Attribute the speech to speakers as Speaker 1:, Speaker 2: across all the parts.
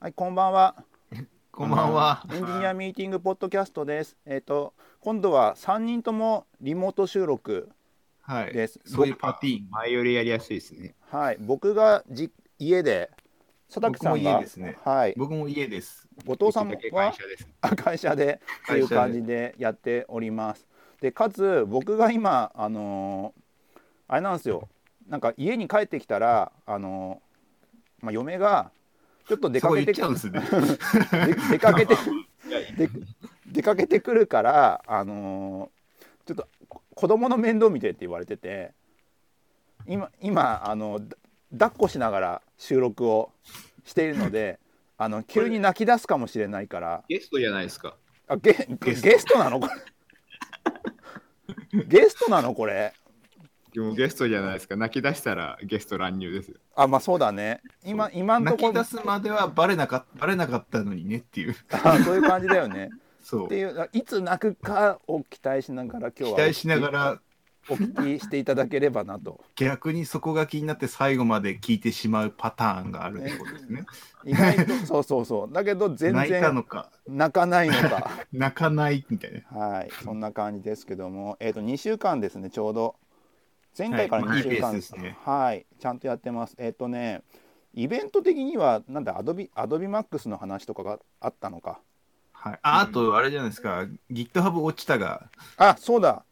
Speaker 1: はい、こんばんは。
Speaker 2: こんばんは。
Speaker 1: エンジニアミーティングポッドキャストです。えっ、と、今度は三人ともリモート収録
Speaker 2: はい。
Speaker 1: です。
Speaker 2: そういうパティーン、前よりやりやすいですね。
Speaker 1: 僕はい、僕がじ家で。佐竹さん
Speaker 2: 僕も
Speaker 1: が。
Speaker 2: 家ですね
Speaker 1: はい、
Speaker 2: 僕も家です。
Speaker 1: 後藤さん
Speaker 2: できるだけ
Speaker 1: は
Speaker 2: 会。社です。
Speaker 1: あ会社でという感じでやっております。でかつ僕が今あのーあれなんですよなんか家に帰ってきたらあのーまあ、嫁がちょっと出
Speaker 2: そ
Speaker 1: か
Speaker 2: こ
Speaker 1: け
Speaker 2: 言
Speaker 1: て
Speaker 2: っちゃうんですね。
Speaker 1: で出かけて
Speaker 2: いや
Speaker 1: で出かけてくるからあのーちょっとこ子供の面倒見てって言われてて今今あのだ抱っこしながら収録をしているのであの急に泣き出すかもしれないから。
Speaker 2: ゲストじゃないですか。
Speaker 1: あゲゲ
Speaker 2: ゲ
Speaker 1: ス
Speaker 2: ス
Speaker 1: ト
Speaker 2: ト
Speaker 1: なのこ れゲストなのこれ
Speaker 2: でもゲストじゃないですか。泣き出したらゲスト乱入ですよ。
Speaker 1: あまあそうだね今今のと
Speaker 2: 泣
Speaker 1: こ
Speaker 2: き
Speaker 1: ろ
Speaker 2: 出すまではバレなかったバレなかったのにねっていう。
Speaker 1: あそういう感じだよね
Speaker 2: そ
Speaker 1: っ
Speaker 2: う
Speaker 1: て。いうあいつ泣くかを期待しながら今日
Speaker 2: 期
Speaker 1: は
Speaker 2: 待しながら
Speaker 1: お聞きしていただければなと
Speaker 2: 逆にそこが気になって最後まで聞いてしまうパターンがあるってことですね。
Speaker 1: 意外と そうそうそうだけど全
Speaker 2: 泣いた
Speaker 1: 然
Speaker 2: のか
Speaker 1: 泣かないのか
Speaker 2: 泣かないみたいな。
Speaker 1: はいそんな感じですけどもえっ、と2週間ですねちょうど前回から
Speaker 2: は
Speaker 1: 2
Speaker 2: い
Speaker 1: 週
Speaker 2: まあ
Speaker 1: 間
Speaker 2: いいペースですね
Speaker 1: はいちゃんとやってますえっ、とねイベント的にはなんだアドビアドビマックスの話とかがあったのか
Speaker 2: はい。ああとあれじゃないですか。GitHub 落ちたが
Speaker 1: あそうだ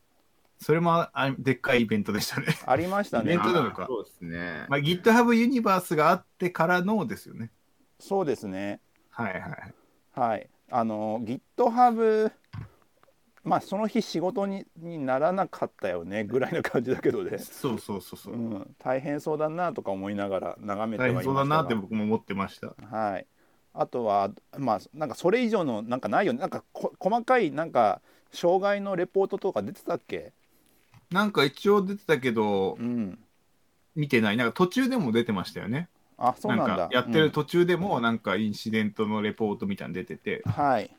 Speaker 2: それもあでっかいイベントでしたね。
Speaker 1: ありました
Speaker 2: イベ
Speaker 1: ね
Speaker 2: ントなのか
Speaker 3: そうですね。
Speaker 2: まあ、GitHub ユニバースがあってからのですよね。
Speaker 1: そうですね
Speaker 2: はいはい。
Speaker 1: はいあの GitHub まあその日仕事ににならなかったよねぐらいの感じだけどで、
Speaker 2: そうそうそうそうう。
Speaker 1: ん、大変そうだなとか思いながら眺めては
Speaker 2: 大
Speaker 1: いま
Speaker 2: 変
Speaker 1: した
Speaker 2: そう
Speaker 1: が
Speaker 2: だなって僕も思ってました。
Speaker 1: はいあとはまあなんかそれ以上のなんかないよねなんかこ細かいなんか障害のレポートとか出てたっけ
Speaker 2: なんか一応出てたけど
Speaker 1: う、ん
Speaker 2: 見てない。なんか途中でも出てましたよね。
Speaker 1: あそうなんだ
Speaker 2: かやってる、途中でも、なんかインシデントのレポートみたいなの出てて、
Speaker 1: うんはい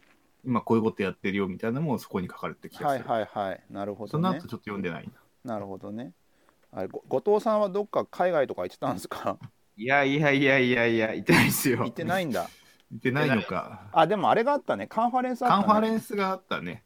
Speaker 2: 今こういうことやってるよみたいなのもそこに書かれてきた
Speaker 1: はいはいはいなるほ
Speaker 2: そ
Speaker 1: ど
Speaker 2: の
Speaker 1: ね
Speaker 2: 後ちょっと読んでない。
Speaker 1: なるほどねあれご後藤さんはどっか海外とか行ってたんです か
Speaker 3: いやいやいやいやいや、いてないですよ。
Speaker 1: 行ってないんだ
Speaker 2: 見てないのか。
Speaker 1: あでもあれがあったねカンファレンスあった
Speaker 2: カ
Speaker 1: ね
Speaker 2: ンファレンスがあったね。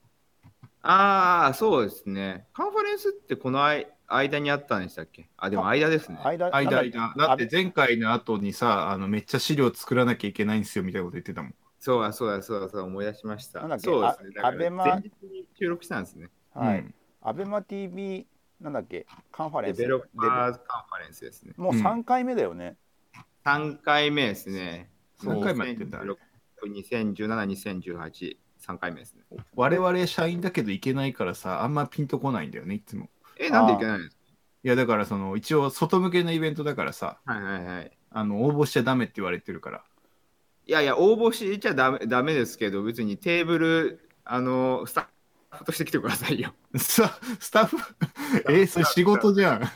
Speaker 3: ああ、そうですね。カンファレンスってこのあい間にあったんでしたっけあ、でも間ですね。
Speaker 1: 間
Speaker 2: 間
Speaker 1: なん
Speaker 2: 間だって前回の後にさ、あのめっちゃ資料作らなきゃいけないんですよみたいなこと言ってたもん。
Speaker 3: そうだそうだそうだそうだ、思い出しました。
Speaker 1: なんだっけ
Speaker 3: そうです
Speaker 1: あ
Speaker 3: ね。だか
Speaker 1: アベ
Speaker 3: ら
Speaker 1: マ
Speaker 3: 前日に収録したんですね。
Speaker 1: は
Speaker 2: う
Speaker 1: い
Speaker 2: ん
Speaker 1: アベマ TV なんだっけカンファレ
Speaker 3: デ
Speaker 1: ンス
Speaker 3: ベロッパ
Speaker 1: デ
Speaker 3: ーズカンファレンスですね。
Speaker 1: ベもう3回目だよね、
Speaker 3: 3回目ですね。
Speaker 2: そう
Speaker 3: もう
Speaker 2: 何回もやってんだあれ
Speaker 3: ?2017、2018、3回目ですね。
Speaker 2: 我々社員だけど行けないからさあんまピンとこないんだよねいつも
Speaker 3: え、なんでいけないんです
Speaker 2: いやだからその一応外向けのイベントだからさ
Speaker 3: かはいはいはい。
Speaker 2: あの応募しちゃダメって言われてるから
Speaker 3: いやいや、応募しちゃダメダメですけど、別にテーブル、あの、スタッフとして来てくださいよ。
Speaker 2: さスタッフえそれ仕事じゃん
Speaker 3: い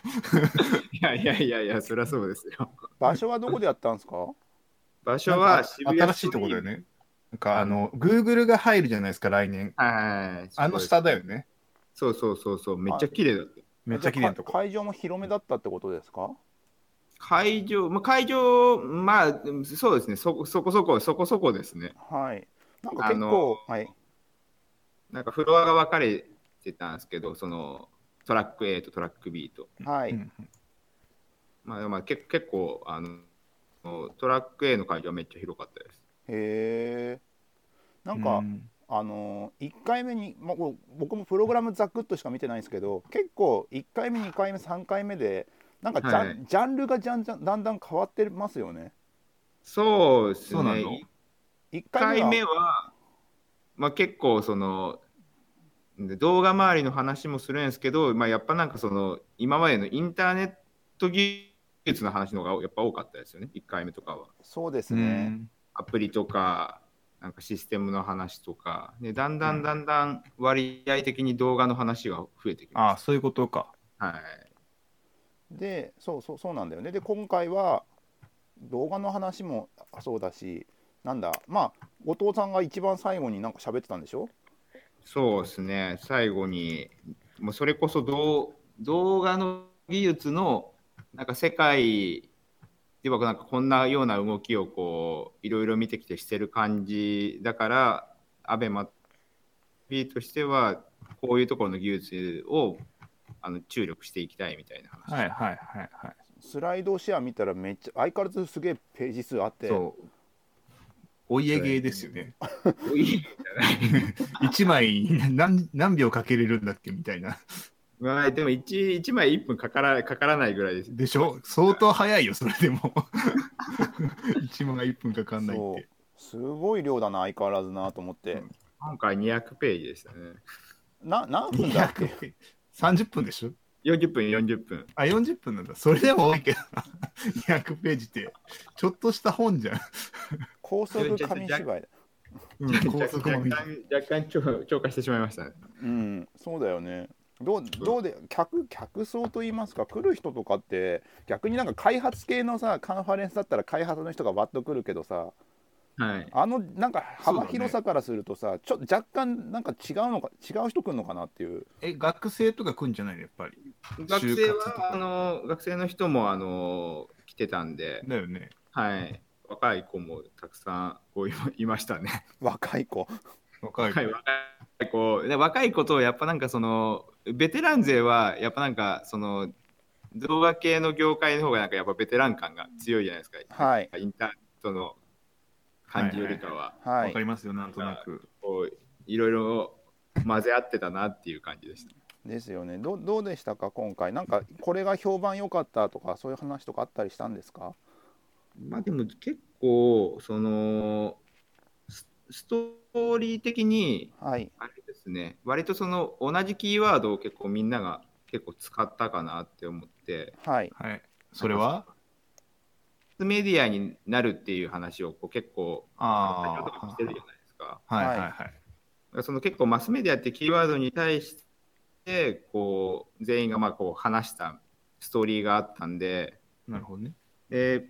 Speaker 3: やいやいやいや、そりゃそうですよ。
Speaker 1: 場所はどこでやったんですか
Speaker 3: 場所は渋谷
Speaker 2: 新しいとこだよ。ねなんかあの Google が入るじゃないですか来年
Speaker 3: はい、はい。
Speaker 2: あの下だよね
Speaker 3: そうそうそうそう、めっちゃ綺麗だった。
Speaker 2: めっちゃ綺麗なと
Speaker 1: じゃ
Speaker 2: こ
Speaker 1: あ会場も広めだったってことですか
Speaker 3: 会場、まあ、会場、まあ、そうですね、そそこそこ、そこそこですね。
Speaker 1: はいなんか結
Speaker 3: あ
Speaker 1: 構
Speaker 3: の
Speaker 1: はい
Speaker 3: なんかフロアが分かれてたんですけど、そのトラック A とトラック B と。
Speaker 1: はい、
Speaker 2: うん
Speaker 3: まあ、まあ、け結構あの、トラック A の会場はめっちゃ広かったです。
Speaker 1: へえな
Speaker 2: なん
Speaker 1: か、あのー、1回目に、まあ、こう僕もプログラムざくっとしか見てないんですけど結構1回目2回目3回目でなんかジャ,、
Speaker 3: はい
Speaker 1: ジャンルがじゃんじゃんだんだん変わってますよね
Speaker 3: そうです
Speaker 2: そうなの
Speaker 3: ね、
Speaker 1: 1
Speaker 3: 1回目
Speaker 1: は
Speaker 3: は、まあ、結構そので動画周りの話もするんですけど、まあ、やっぱなんかその今までのインターネット技術の話の方がやっぱ多かったですよね1回目とかは
Speaker 1: そうですね、
Speaker 3: アプリとかなんかシステムの話とかでだんだんだんだん割合的に動画の話が増えてき
Speaker 2: あ
Speaker 3: ま
Speaker 2: あ
Speaker 3: し
Speaker 2: そういうことか
Speaker 3: たはい
Speaker 1: でそうそうそうなんだよねで今回は動画の話もそうだしなんだまあ後藤さんが一番最後になんか喋ってたんでしょ
Speaker 3: そうですね最後にもうそれこそ動動画の技術のなんか世界で僕なんかこんなような動きをこういろいろ見てきてしてる感じだからアベマ B としてはこういうところの技術をあの注力していきたいみたいな話、
Speaker 2: はいはいはいは
Speaker 1: スライドシェア見たらめっちゃ相変わらずすげえページ数あっ
Speaker 2: い。
Speaker 1: て
Speaker 2: そう。お家芸ですよね。
Speaker 3: い いじゃない
Speaker 2: 一枚何何秒かけれるんだっけみたいな。
Speaker 3: まあでも 1, 一枚1分かからかからないぐらいです
Speaker 2: でしょ相当早いよ、それでも。一枚1分かかんないって。
Speaker 1: すごい量だな相変わらずなと思って、
Speaker 2: うん
Speaker 3: 今回200ページでしたね
Speaker 1: な何分だっけ
Speaker 2: 200 30分でしょ
Speaker 3: 40分40分
Speaker 2: あ、40分なんだ。それでも多いけどな、200ページって、ちょっとした本じゃん。
Speaker 1: 高速紙芝居だ
Speaker 2: 高
Speaker 3: 若
Speaker 2: 速も
Speaker 3: 干
Speaker 2: 見て
Speaker 3: 若干超超過してしまいましたね
Speaker 1: うんそうだよねどうどうで客客層といいますか来る人とかって逆になんか開発系のさカンファレンスだったら開発の人がわっと来るけどさ
Speaker 3: はい
Speaker 1: あのなんか幅
Speaker 2: そうだね
Speaker 1: 広さからするとさ、ちょ若干なんか違うのか違う人来るのかなっていう
Speaker 2: え、学生とか来んじゃないのやっぱり。
Speaker 3: 学生
Speaker 2: 就活とか
Speaker 3: はあの学生の人もあの来てたんで、
Speaker 2: だよね。
Speaker 3: はい、若い子もたくさんこういいましたね。
Speaker 1: 若い子
Speaker 2: 若い子。
Speaker 3: はい、若い子で若い子とやっぱなんかそのベテラン勢はやっぱなんかその動画系の業界の方がなんかやっぱベテラン感が強いじゃないですか。
Speaker 1: はい
Speaker 3: インターネットの感じよりかは、
Speaker 1: は
Speaker 2: わ
Speaker 1: い
Speaker 2: かりますよ、なんとなく。
Speaker 3: こういろいろ混ぜ合ってたなっていう感じでした。
Speaker 1: ですよねどうどうでしたか今回なんかこれが評判良かったとかそういう話とかあったりしたんですか
Speaker 3: まあでも結構そのスストーリー的に
Speaker 1: はい
Speaker 3: あれですね割とその同じキーワードを結構みんなが結構使ったかなって思って
Speaker 1: はい
Speaker 2: はい。それは
Speaker 3: メディアになるっていう話をこう結構先ほどから
Speaker 2: あ
Speaker 3: してるじゃないですか
Speaker 2: あ。はいはいはい。
Speaker 3: だからその結構マスメディアってキーワードに対してこう全員がまあこう話したストーリーがあったんで
Speaker 2: なるほどね。
Speaker 3: で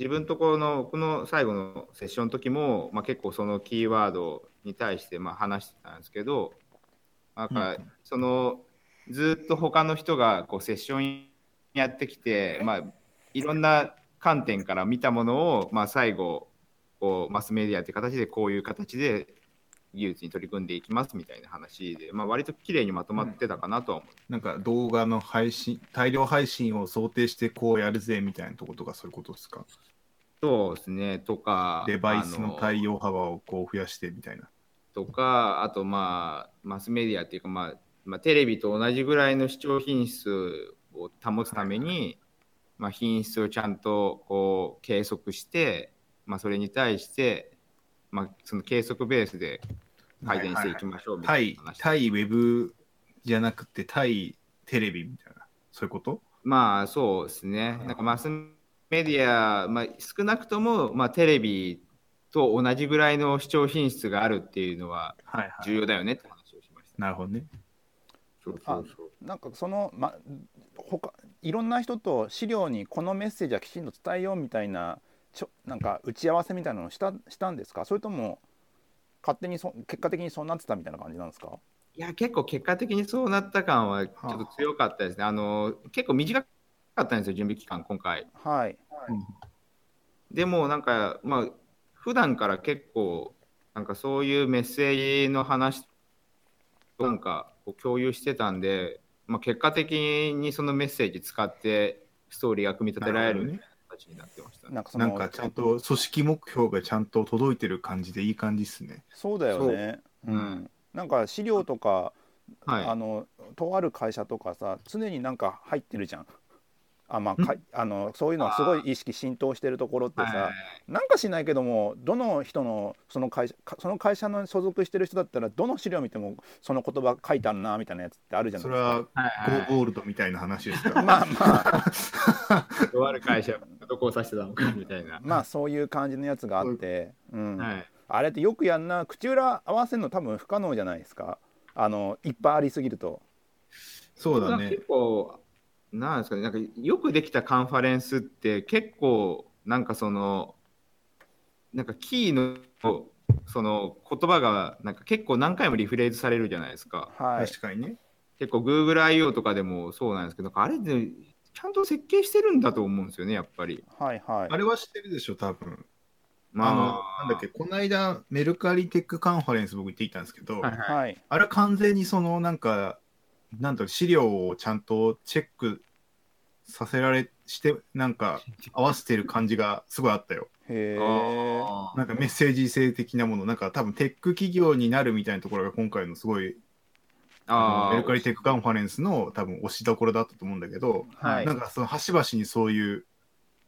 Speaker 3: 自分とこのこの最後のセッションの時も、まあ、結構そのキーワードに対してまあ話してたんですけどなん
Speaker 2: う
Speaker 3: か
Speaker 2: ん
Speaker 3: そのずっと他の人がこうセッションやってきて、まあ、いろんな観点から見たものを、まあ、最後こうマスメディアって形でこういう形で技術に取り組んでいきますみたいな話で、まあ、割と綺麗にまとまってたかなとは思う
Speaker 2: なんか動画の配信、大量配信を想定してこうやるぜみたいなとことかそういうことですか
Speaker 3: そうですねとか
Speaker 2: デバイスの
Speaker 3: あ
Speaker 2: 対応幅をこう増やしてみたいな。
Speaker 3: とか、あとまあ、マスメディアっていうか、まあ、まあ、テレビと同じぐらいの視聴品質を保つために、まあ、品質をちゃんとこう計測して、まあ、それに対して、まあ、その計測ベースで改善していきましょうみた
Speaker 2: 対
Speaker 3: いな話。
Speaker 2: 対ウェブじゃなくて対テレビみたいな。そういうこと
Speaker 3: まあ、そうですね。なんかマスメディア、まあ、少なくとも、まあ、テレビと同じぐらいの視聴品質があるっていうのは
Speaker 2: はいは
Speaker 3: 重要だよねって話をしました。
Speaker 2: なるほどね。
Speaker 3: そう
Speaker 1: そう
Speaker 3: そう。
Speaker 1: なんかその、ま、他いろんな人と資料にこのメッセージはきちんと伝えようみたいなちょなんか打ち合わせみたいなのをしたしたんですかそれとも勝手にそ結果的にそうなってたみたいな感じなんですか
Speaker 3: いや、結構結果的にそうなった感はちょっと強かったですね。あの結構短かったんですよ、準備期間、今回。
Speaker 1: はい
Speaker 3: でも、なんか、まあ普段から結構、なんかそういうメッセージの話となんかを共有してたんで、まあ、結果的にそのメッセージ使って、ストーリーが組み立てられる
Speaker 2: ね。
Speaker 3: 形になってましたね。
Speaker 1: なんかそ
Speaker 2: な
Speaker 1: の
Speaker 2: んかちゃんと組織目標がちゃんと届いてる感じでいい感じっすね。
Speaker 1: そうだよね
Speaker 3: そう
Speaker 1: う
Speaker 3: うん
Speaker 1: ん、なんか資料とか、
Speaker 3: はい、
Speaker 1: あのとある会社とかさ常になんか入ってるじゃんあまあかあのそういうのはすごい意識浸透してるところってさ、
Speaker 3: はい
Speaker 1: なんかしないけどもどの人のその会社かその会社の所属してる人だったらどの資料見てもその言葉書いてあるなみたいなやつってあるじゃない
Speaker 2: そ
Speaker 1: で
Speaker 2: れ
Speaker 1: すか。
Speaker 2: は
Speaker 3: はい
Speaker 2: ゴ
Speaker 3: はい
Speaker 2: ーゴールドみたいな話ですか。
Speaker 1: まあまあ
Speaker 3: とある会社、どこを指してたのかみたいな。
Speaker 1: まあそういう感じのやつがあって、うん
Speaker 3: はい
Speaker 1: あれってよくやんな口裏合わせるの多分不可能じゃないですかあのいっぱいありすぎると。
Speaker 2: そうだ
Speaker 3: 僕は
Speaker 2: ね。
Speaker 3: 結構、なんですかね、なんかよくできたカンファレンスって、結構、なんかその、なんかキーの、その言葉が、なんか結構何回もリフレーズされるじゃないですか。
Speaker 1: はい、
Speaker 2: 確かにね。
Speaker 3: 結構 GoogleIO とかでもそうなんですけど、なんかあれで、ちちゃんと設計してるんだと思うんですよね、やっぱり。
Speaker 1: はいはい
Speaker 2: あれは知ってるでしょ、多分。
Speaker 3: まあ、
Speaker 2: あの、なんだっけ、この間、メルカリテックカンファレンス僕行ってきたんですけど、
Speaker 3: はいはい。
Speaker 1: はい
Speaker 2: あれは完全にその、なんか、なんだろう、資料をちゃんとチェックさせられ、して、なんか、合わせてる感じがすごいあったよ。
Speaker 1: へえ
Speaker 3: あ
Speaker 2: なんかメッセージ性的なもの、なんか多分テック企業になるみたいなところが今回のすごい、あの
Speaker 3: あー
Speaker 2: メルカリテックカンファレンスの多分押しどころだったと思うんだけど、
Speaker 3: はい
Speaker 2: なんかその端々にそういう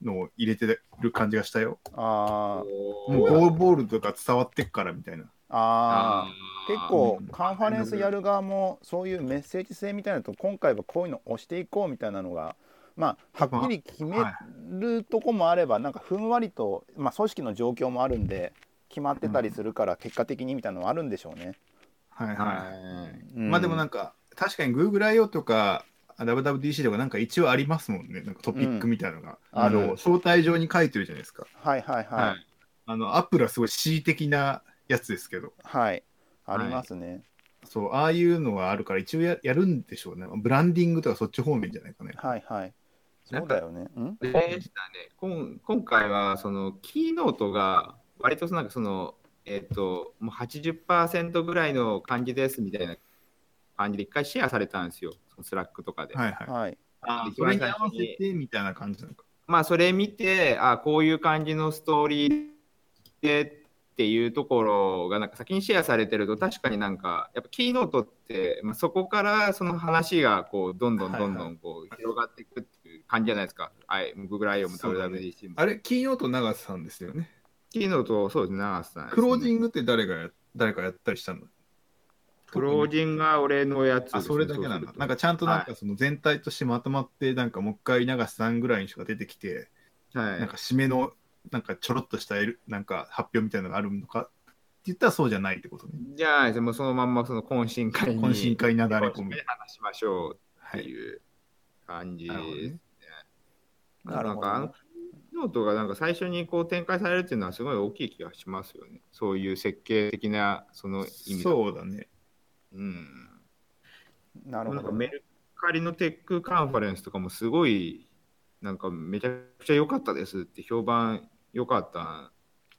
Speaker 2: のを入れてる感じがしたよ。
Speaker 1: あー
Speaker 3: おー
Speaker 2: もうゴールボールとか伝わってっからみたいな。
Speaker 1: あー
Speaker 3: ー
Speaker 1: 結構カンファレンスやる側もそういうメッセージ性みたいなのと今回はこういうの押していこうみたいなのがまあはっきり決めるとこもあればなんかふんわりと、まあ、組織の状況もあるんで決まってたりするから結果的にみたいなのはあるんでしょうね。
Speaker 2: はいはい。
Speaker 3: はい。
Speaker 2: まあでもなん
Speaker 1: か、
Speaker 2: か、確かに GoogleIO とか WWDC とかなんか一応ありますもんね。なんかトピックみたいなのが。
Speaker 1: うん
Speaker 2: あ
Speaker 1: ある
Speaker 2: の、招待状に書いてるじゃないですか。
Speaker 1: はいはいはい、
Speaker 3: は
Speaker 1: はいい、
Speaker 2: あの、Apple はすごい恣意的なやつですけど。
Speaker 1: ありますね。
Speaker 2: そう、ああいうのがあるから一応ややるんでしょうね。ブランディングとかそっち方面じゃないかね。
Speaker 1: はいはい。そうだよね。うん。
Speaker 3: でしたね。こん今回はそのキーノートが割とそのなんかそのえっ、ともう80%ぐらいの感じですみたいな感じで一回シェアされたんですよ。そのスラックとかで。
Speaker 2: はいはい。
Speaker 1: はい。
Speaker 2: あ
Speaker 3: あ
Speaker 2: それに合わせてみたいな感じなのか。
Speaker 3: まあそれ見てあこういう感じのストーリーでっていうところがなんか先にシェアされてると確かになんかやっぱキーノートって、まあ、そこからその話がこうどんどんどんどんこう広がっていくっていう感じじゃないですか。はい、Google IO も
Speaker 2: そうだね
Speaker 3: WWDC も。
Speaker 2: あれ、金曜と永瀬さんですよね。
Speaker 3: キーノート、そうですね、長瀬さんですね。
Speaker 2: クロージングって誰がや誰かやったりしたの
Speaker 3: クロージングが俺のやつですね、
Speaker 2: あ、それだけなん
Speaker 3: そうする
Speaker 2: だ。
Speaker 3: と
Speaker 2: なんかちゃんとなんかその全体としてまとまって、なんかもう一回永瀬さんぐらいの人が出てきて、
Speaker 3: はい、
Speaker 2: なんか締めのなんかちょろっとしたえるなんか発表みたいなのがあるのかって言ったらそうじゃないってことね。
Speaker 3: じゃあ、もうそのまんまその懇親会に
Speaker 2: 懇親会になだれ込
Speaker 3: 懇親会
Speaker 2: む
Speaker 3: で。話しましょうっ
Speaker 2: は
Speaker 3: て
Speaker 2: い。
Speaker 3: いう感じ
Speaker 2: なるほど
Speaker 3: です
Speaker 2: ね
Speaker 3: ね。
Speaker 1: なる
Speaker 3: ん
Speaker 1: ほ
Speaker 3: か
Speaker 1: ど
Speaker 3: あ
Speaker 1: ね
Speaker 3: のノートがなんか最初にこう展開されるっていうのはすごい大きい気がしますよね。そういう設計的なその意味だ
Speaker 2: そうだね。
Speaker 3: うん。
Speaker 1: なる
Speaker 3: な
Speaker 1: ほ
Speaker 3: んか
Speaker 1: ど。
Speaker 3: メルカリのテックカンファレンスとかもすごい、なんかめちゃくちゃ良かったですって評判良かったん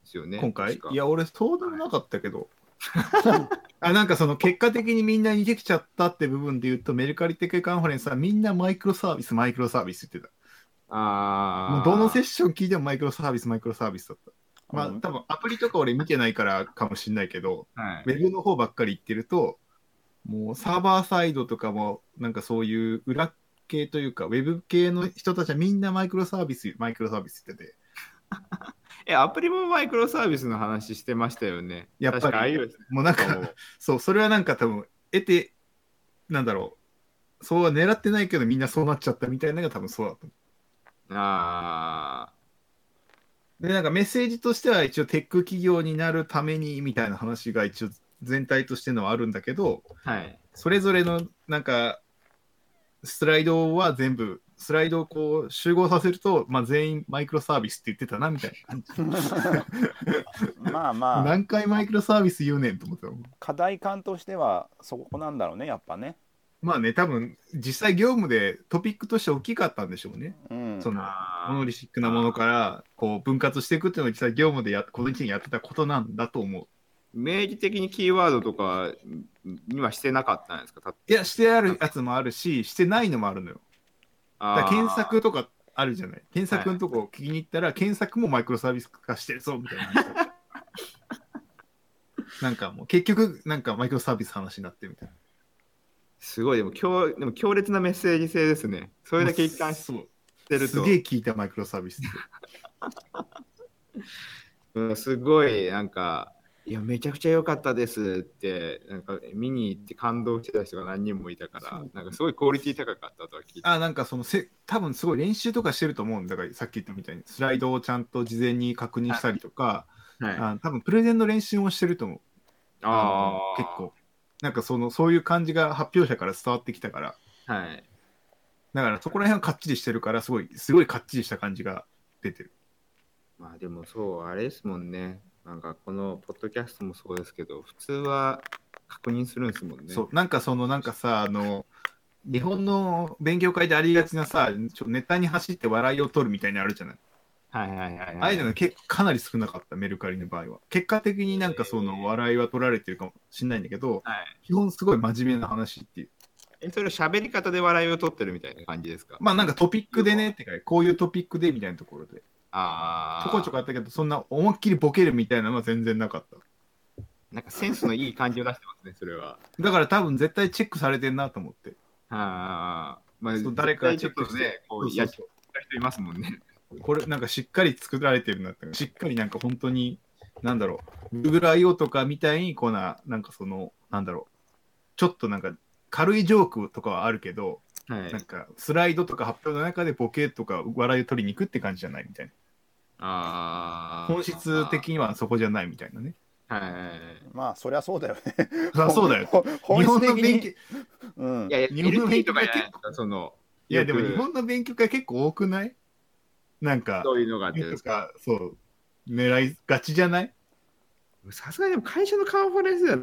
Speaker 3: ですよね。
Speaker 2: 今回
Speaker 3: 確か
Speaker 2: いや、俺、そうでもなかったけ ど。あなんかその結果的にみんなにできちゃったって部分で言うと、メルカリテックカンファレンスはみんなマイクロサービス、マイクロサービスって言ってた。
Speaker 3: あ
Speaker 2: もう
Speaker 3: あ。
Speaker 2: どのセッション聞いてもマイクロサービス、マイクロサービスだった。まあ
Speaker 1: うん
Speaker 2: 多分アプリとか俺見てないからかもしれないけど、
Speaker 3: はい
Speaker 2: ウェブの方ばっかり行ってると、もうサーバーサイドとかも、なんかそういう裏系というか、ウェブ系の人たちはみんなマイクロサービス、マイクロサービスって言ってて、
Speaker 3: え、アプリもマイクロサービスの話してましたよね。
Speaker 2: やっぱり
Speaker 3: 確か iOS
Speaker 2: もうなん
Speaker 3: とか
Speaker 2: か
Speaker 3: も、
Speaker 2: そう、それはなんか多分、得て、なんだろう、そうは狙ってないけど、みんなそうなっちゃったみたいなのが多分そうだと思
Speaker 3: あ
Speaker 2: う。で、なんかメッセージとしては一応、テック企業になるためにみたいな話が一応、全体としてのはあるんだけど、
Speaker 3: あ。はい。
Speaker 2: それぞれのなんかスライドは全部スライドをこう集合させると、まあ、全員マイクロサービスって言ってたなみたいな感 じ、
Speaker 1: まあまあ
Speaker 2: 何回マイクロサービス言うねんと思ってたもん
Speaker 1: 課題感としてはそこなんだろうねやっぱね。
Speaker 2: まあね多分実際業務でトピックとして大きかったんでしょうね、
Speaker 1: うん。
Speaker 2: その
Speaker 3: あー
Speaker 2: モノリシックなものからこう分割していくっていうのは実際業務でやこの1年やってたことなんだと思う
Speaker 3: 明示的にキーワードとかにはしてなかったんですかた
Speaker 2: いやしてあるやつもあるししてないのもあるのよだ
Speaker 3: あ
Speaker 2: から
Speaker 3: ー
Speaker 2: 検索とかあるじゃない検索のとこ聞きに行ったら、検索もマイクロサービス化してるぞみたいな 話なんかもう結局なんかマイクロサービス話になってるみたいな
Speaker 3: すごい、でも強でも強烈なメッセージ性ですね。そ
Speaker 2: そ
Speaker 3: れだけ一貫し
Speaker 2: そう
Speaker 3: てる
Speaker 2: す
Speaker 3: と。
Speaker 2: げえ聞いたマイクロサービスって
Speaker 3: うんすごいなんか、いや、めちゃくちゃ良かったですって、なんか見に行って感動してた人が何人もいたから、なんかすごいクオリティ高かったとは聞いて。
Speaker 2: あなんかそのせ多分すごい練習とかしてると思うんだからさっき言ったみたいにスライドをちゃんと事前に確認したりとか、
Speaker 3: はい、あ
Speaker 2: あ多分プレゼンの練習もしてると思う
Speaker 3: あ
Speaker 2: の、結構なんかそのそういう感じが発表者から伝わってきたから
Speaker 3: はい。
Speaker 2: だからそこら辺はかっちりしてるから、すごい、すごいかっちりした感じが出てる。
Speaker 3: まあでもそう、あれですもんね。なんかこのポッドキャストもそうですけど、普通は確認するんですもんね。
Speaker 2: そう、なんかその、なんかさ、あの、日本の勉強会でありがちなさ、ちょネタに走って笑いを取るみたいなのあるじゃない。
Speaker 3: はいはいはい、はい。
Speaker 2: ああいうのが結構かなり少なかった、メルカリの場合は。結果的になんかその笑いは取られてるかもしれないんだけど、
Speaker 3: はい、
Speaker 2: 基本すごい真面目な話っていう。
Speaker 3: えそれは喋り方で笑いを取ってるみたいな感じですか、
Speaker 2: まあなんかトピックでねってか、こういうトピックでみたいなところで。
Speaker 3: あ
Speaker 2: ち
Speaker 3: あ。
Speaker 2: ょこちょこやったけど、そんな思いっきりボケるみたいなのは全然なかった。
Speaker 3: なんかセンスのいい感じを出してますね、それは。
Speaker 2: だから多分絶対チェックされてんなと思って。
Speaker 3: ああ。まあ
Speaker 2: そう誰かがチェックして
Speaker 3: 絶対ちょっとね、こう、
Speaker 2: そ
Speaker 3: や
Speaker 2: う
Speaker 3: っ
Speaker 2: そう
Speaker 3: ちゃ人いますもんね。
Speaker 2: これなんかしっかり作られてるなって、しっかりなんか本当に、なんだろう、GoogleIO とかみたいに、こうな、なんかその、なんだろう、ちょっとなんか軽いジョークとかはあるけど、
Speaker 3: はい
Speaker 2: なんかスライドとか発表の中でボケとか笑いを取りに行くって感じじゃないみたいな。
Speaker 3: ああ。
Speaker 2: 本質的にはそこじゃないみたいなね。
Speaker 3: はいはいはい。
Speaker 1: まあそりゃそうだよね。
Speaker 2: あそうだよ。
Speaker 1: ほ。本
Speaker 2: 日本
Speaker 1: 質
Speaker 2: の
Speaker 1: 的
Speaker 2: 勉強
Speaker 1: に。、うん
Speaker 3: い。やいや、
Speaker 2: 日本の
Speaker 3: LT とかじゃないですか、その。
Speaker 2: いやでも
Speaker 3: よく
Speaker 2: 日本の勉強会結構多くないなんか、
Speaker 3: そういうのがあって
Speaker 2: とか、そう、狙いがちじゃない
Speaker 3: さすがにでも会社のカンファレンスでは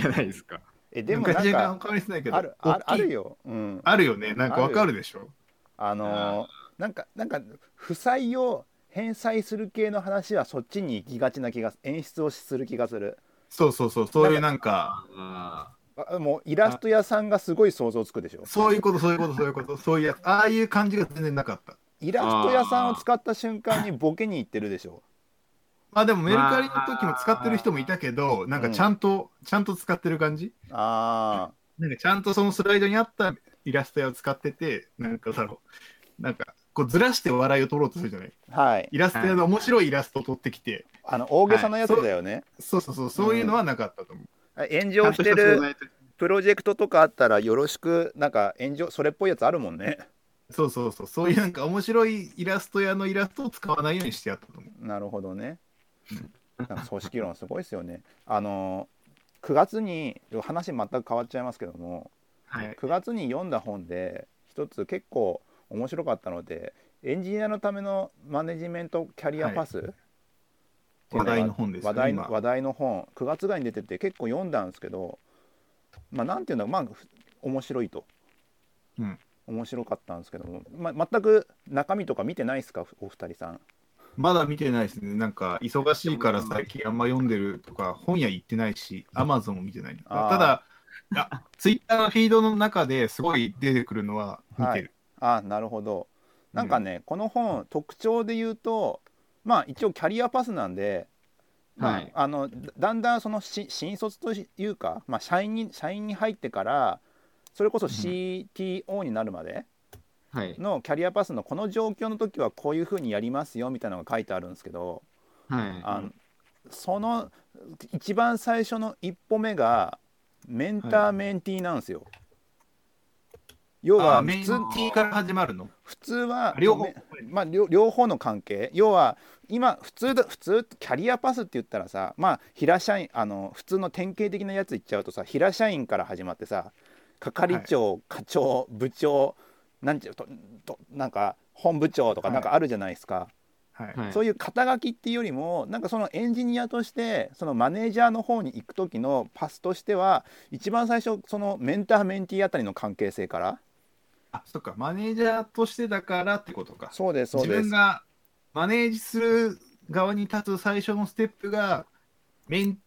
Speaker 3: じゃないですか。
Speaker 1: えで
Speaker 2: で
Speaker 1: も
Speaker 2: も
Speaker 1: な
Speaker 2: ガ
Speaker 1: ん
Speaker 2: チ感
Speaker 1: か
Speaker 2: 変わりしないけど、
Speaker 1: あるあるあ
Speaker 2: 大きい
Speaker 1: るよ。うん。
Speaker 2: あるよね、なんかわかるでしょ。
Speaker 1: あのーなんかなんか負債を返済する系の話はそっちに行きがちな気が演出をする気がする。
Speaker 2: そうそうそう、そういうなんか、
Speaker 3: あ
Speaker 1: あもうイラスト屋さんがすごい想像つくでしょ。
Speaker 2: そういうこと、そういうこと、そういうこと、そういうやつ、ああいう感じが全然なかった。
Speaker 1: イラスト屋さんを使った瞬間にボケに行ってるでしょ。
Speaker 2: まあでもメルカリの時も使ってる人もいたけど、なんかちゃんと、ちゃんと使ってる感じ
Speaker 1: あ
Speaker 2: なんかちゃんとそのスライドにあったイラストやを使ってて、なんかだろう、なんかこうずらして笑いを取ろうとするじゃない
Speaker 1: あはい。
Speaker 2: イラストやの面白いイラストを取ってきて、
Speaker 1: あの大げさなやつだよね。
Speaker 2: そうそうそう、そういうのはなかったと思う。
Speaker 1: 炎
Speaker 3: あ。
Speaker 1: 上してる
Speaker 3: はい
Speaker 1: プロジェクトとかあったらよろしくなんか炎上それっぽいやつあるもんね。
Speaker 2: そうそうそう、そういうなんか面白いイラストやのイラストを使わないようにしてやったと思う。
Speaker 1: なるほどね。なんか組織論すごいですよね。あの9月に話全く変わっちゃいますけども、
Speaker 3: はい。
Speaker 1: 9月に読んだ本で一つ結構面白かったので、エンジニアのためのマネジメントキャリアパス、っていうの
Speaker 2: 話
Speaker 1: が
Speaker 2: 題の本ですよ
Speaker 1: 話
Speaker 2: ね。
Speaker 1: 題の
Speaker 2: 今
Speaker 1: 話題の本9月ぐらいに出てて結構読んだんですけどまあなんていうんだろうまあふ面白いと、
Speaker 2: うん
Speaker 1: 面白かったんですけども、まあ、全く中身とか見てないですかお二人さん
Speaker 2: まだ見てないですね。なんか、忙しいから最近あんま読んでるとか、本屋行ってないし、アマゾンも見てない。
Speaker 1: あー
Speaker 2: ただ、あツイッターのフィードの中ですごい出てくるのは見てる。
Speaker 1: ああなるほどなんかね、この本特徴で言うとまあ一応キャリアパスなんで、まあ
Speaker 3: はい
Speaker 1: あのだだんだんそのし新卒というか、まあ、社員に社員に入ってからそれこそ CTO になるまで、
Speaker 3: はい。
Speaker 1: のキャリアパスのこの状況の時はこういうふうにやりますよみたいなのが書いてあるんですけど、
Speaker 3: は
Speaker 1: あのその一番最初の一歩目がメンターメンティーなんですよ。要
Speaker 2: あ
Speaker 1: は
Speaker 2: ーメイ
Speaker 1: 普
Speaker 2: ン
Speaker 1: 通
Speaker 2: T から始まるの。
Speaker 1: 普通は
Speaker 2: 両方
Speaker 1: めまあ、両両方の関係要は今普通だ普通キャリアパスって言ったらさまあ平社員あの普通の典型的なやつ言っちゃうとさ平社員から始まってさ係長、課長部長なんちゅうととなんか本部長とか
Speaker 2: はい
Speaker 1: なんかあるじゃないですか、
Speaker 2: はい
Speaker 3: い。。はい。
Speaker 1: そういう肩書きっていうよりもなんかそのエンジニアとしてそのマネージャーの方に行く時のパスとしては一番最初そのメンターメンティーあたりの関係性から
Speaker 2: あ、そっか、マネージャーとしてだからってことか。
Speaker 1: そうですそう
Speaker 2: 自
Speaker 1: です
Speaker 2: 分がマネージする側に立つ最初のステップが、メン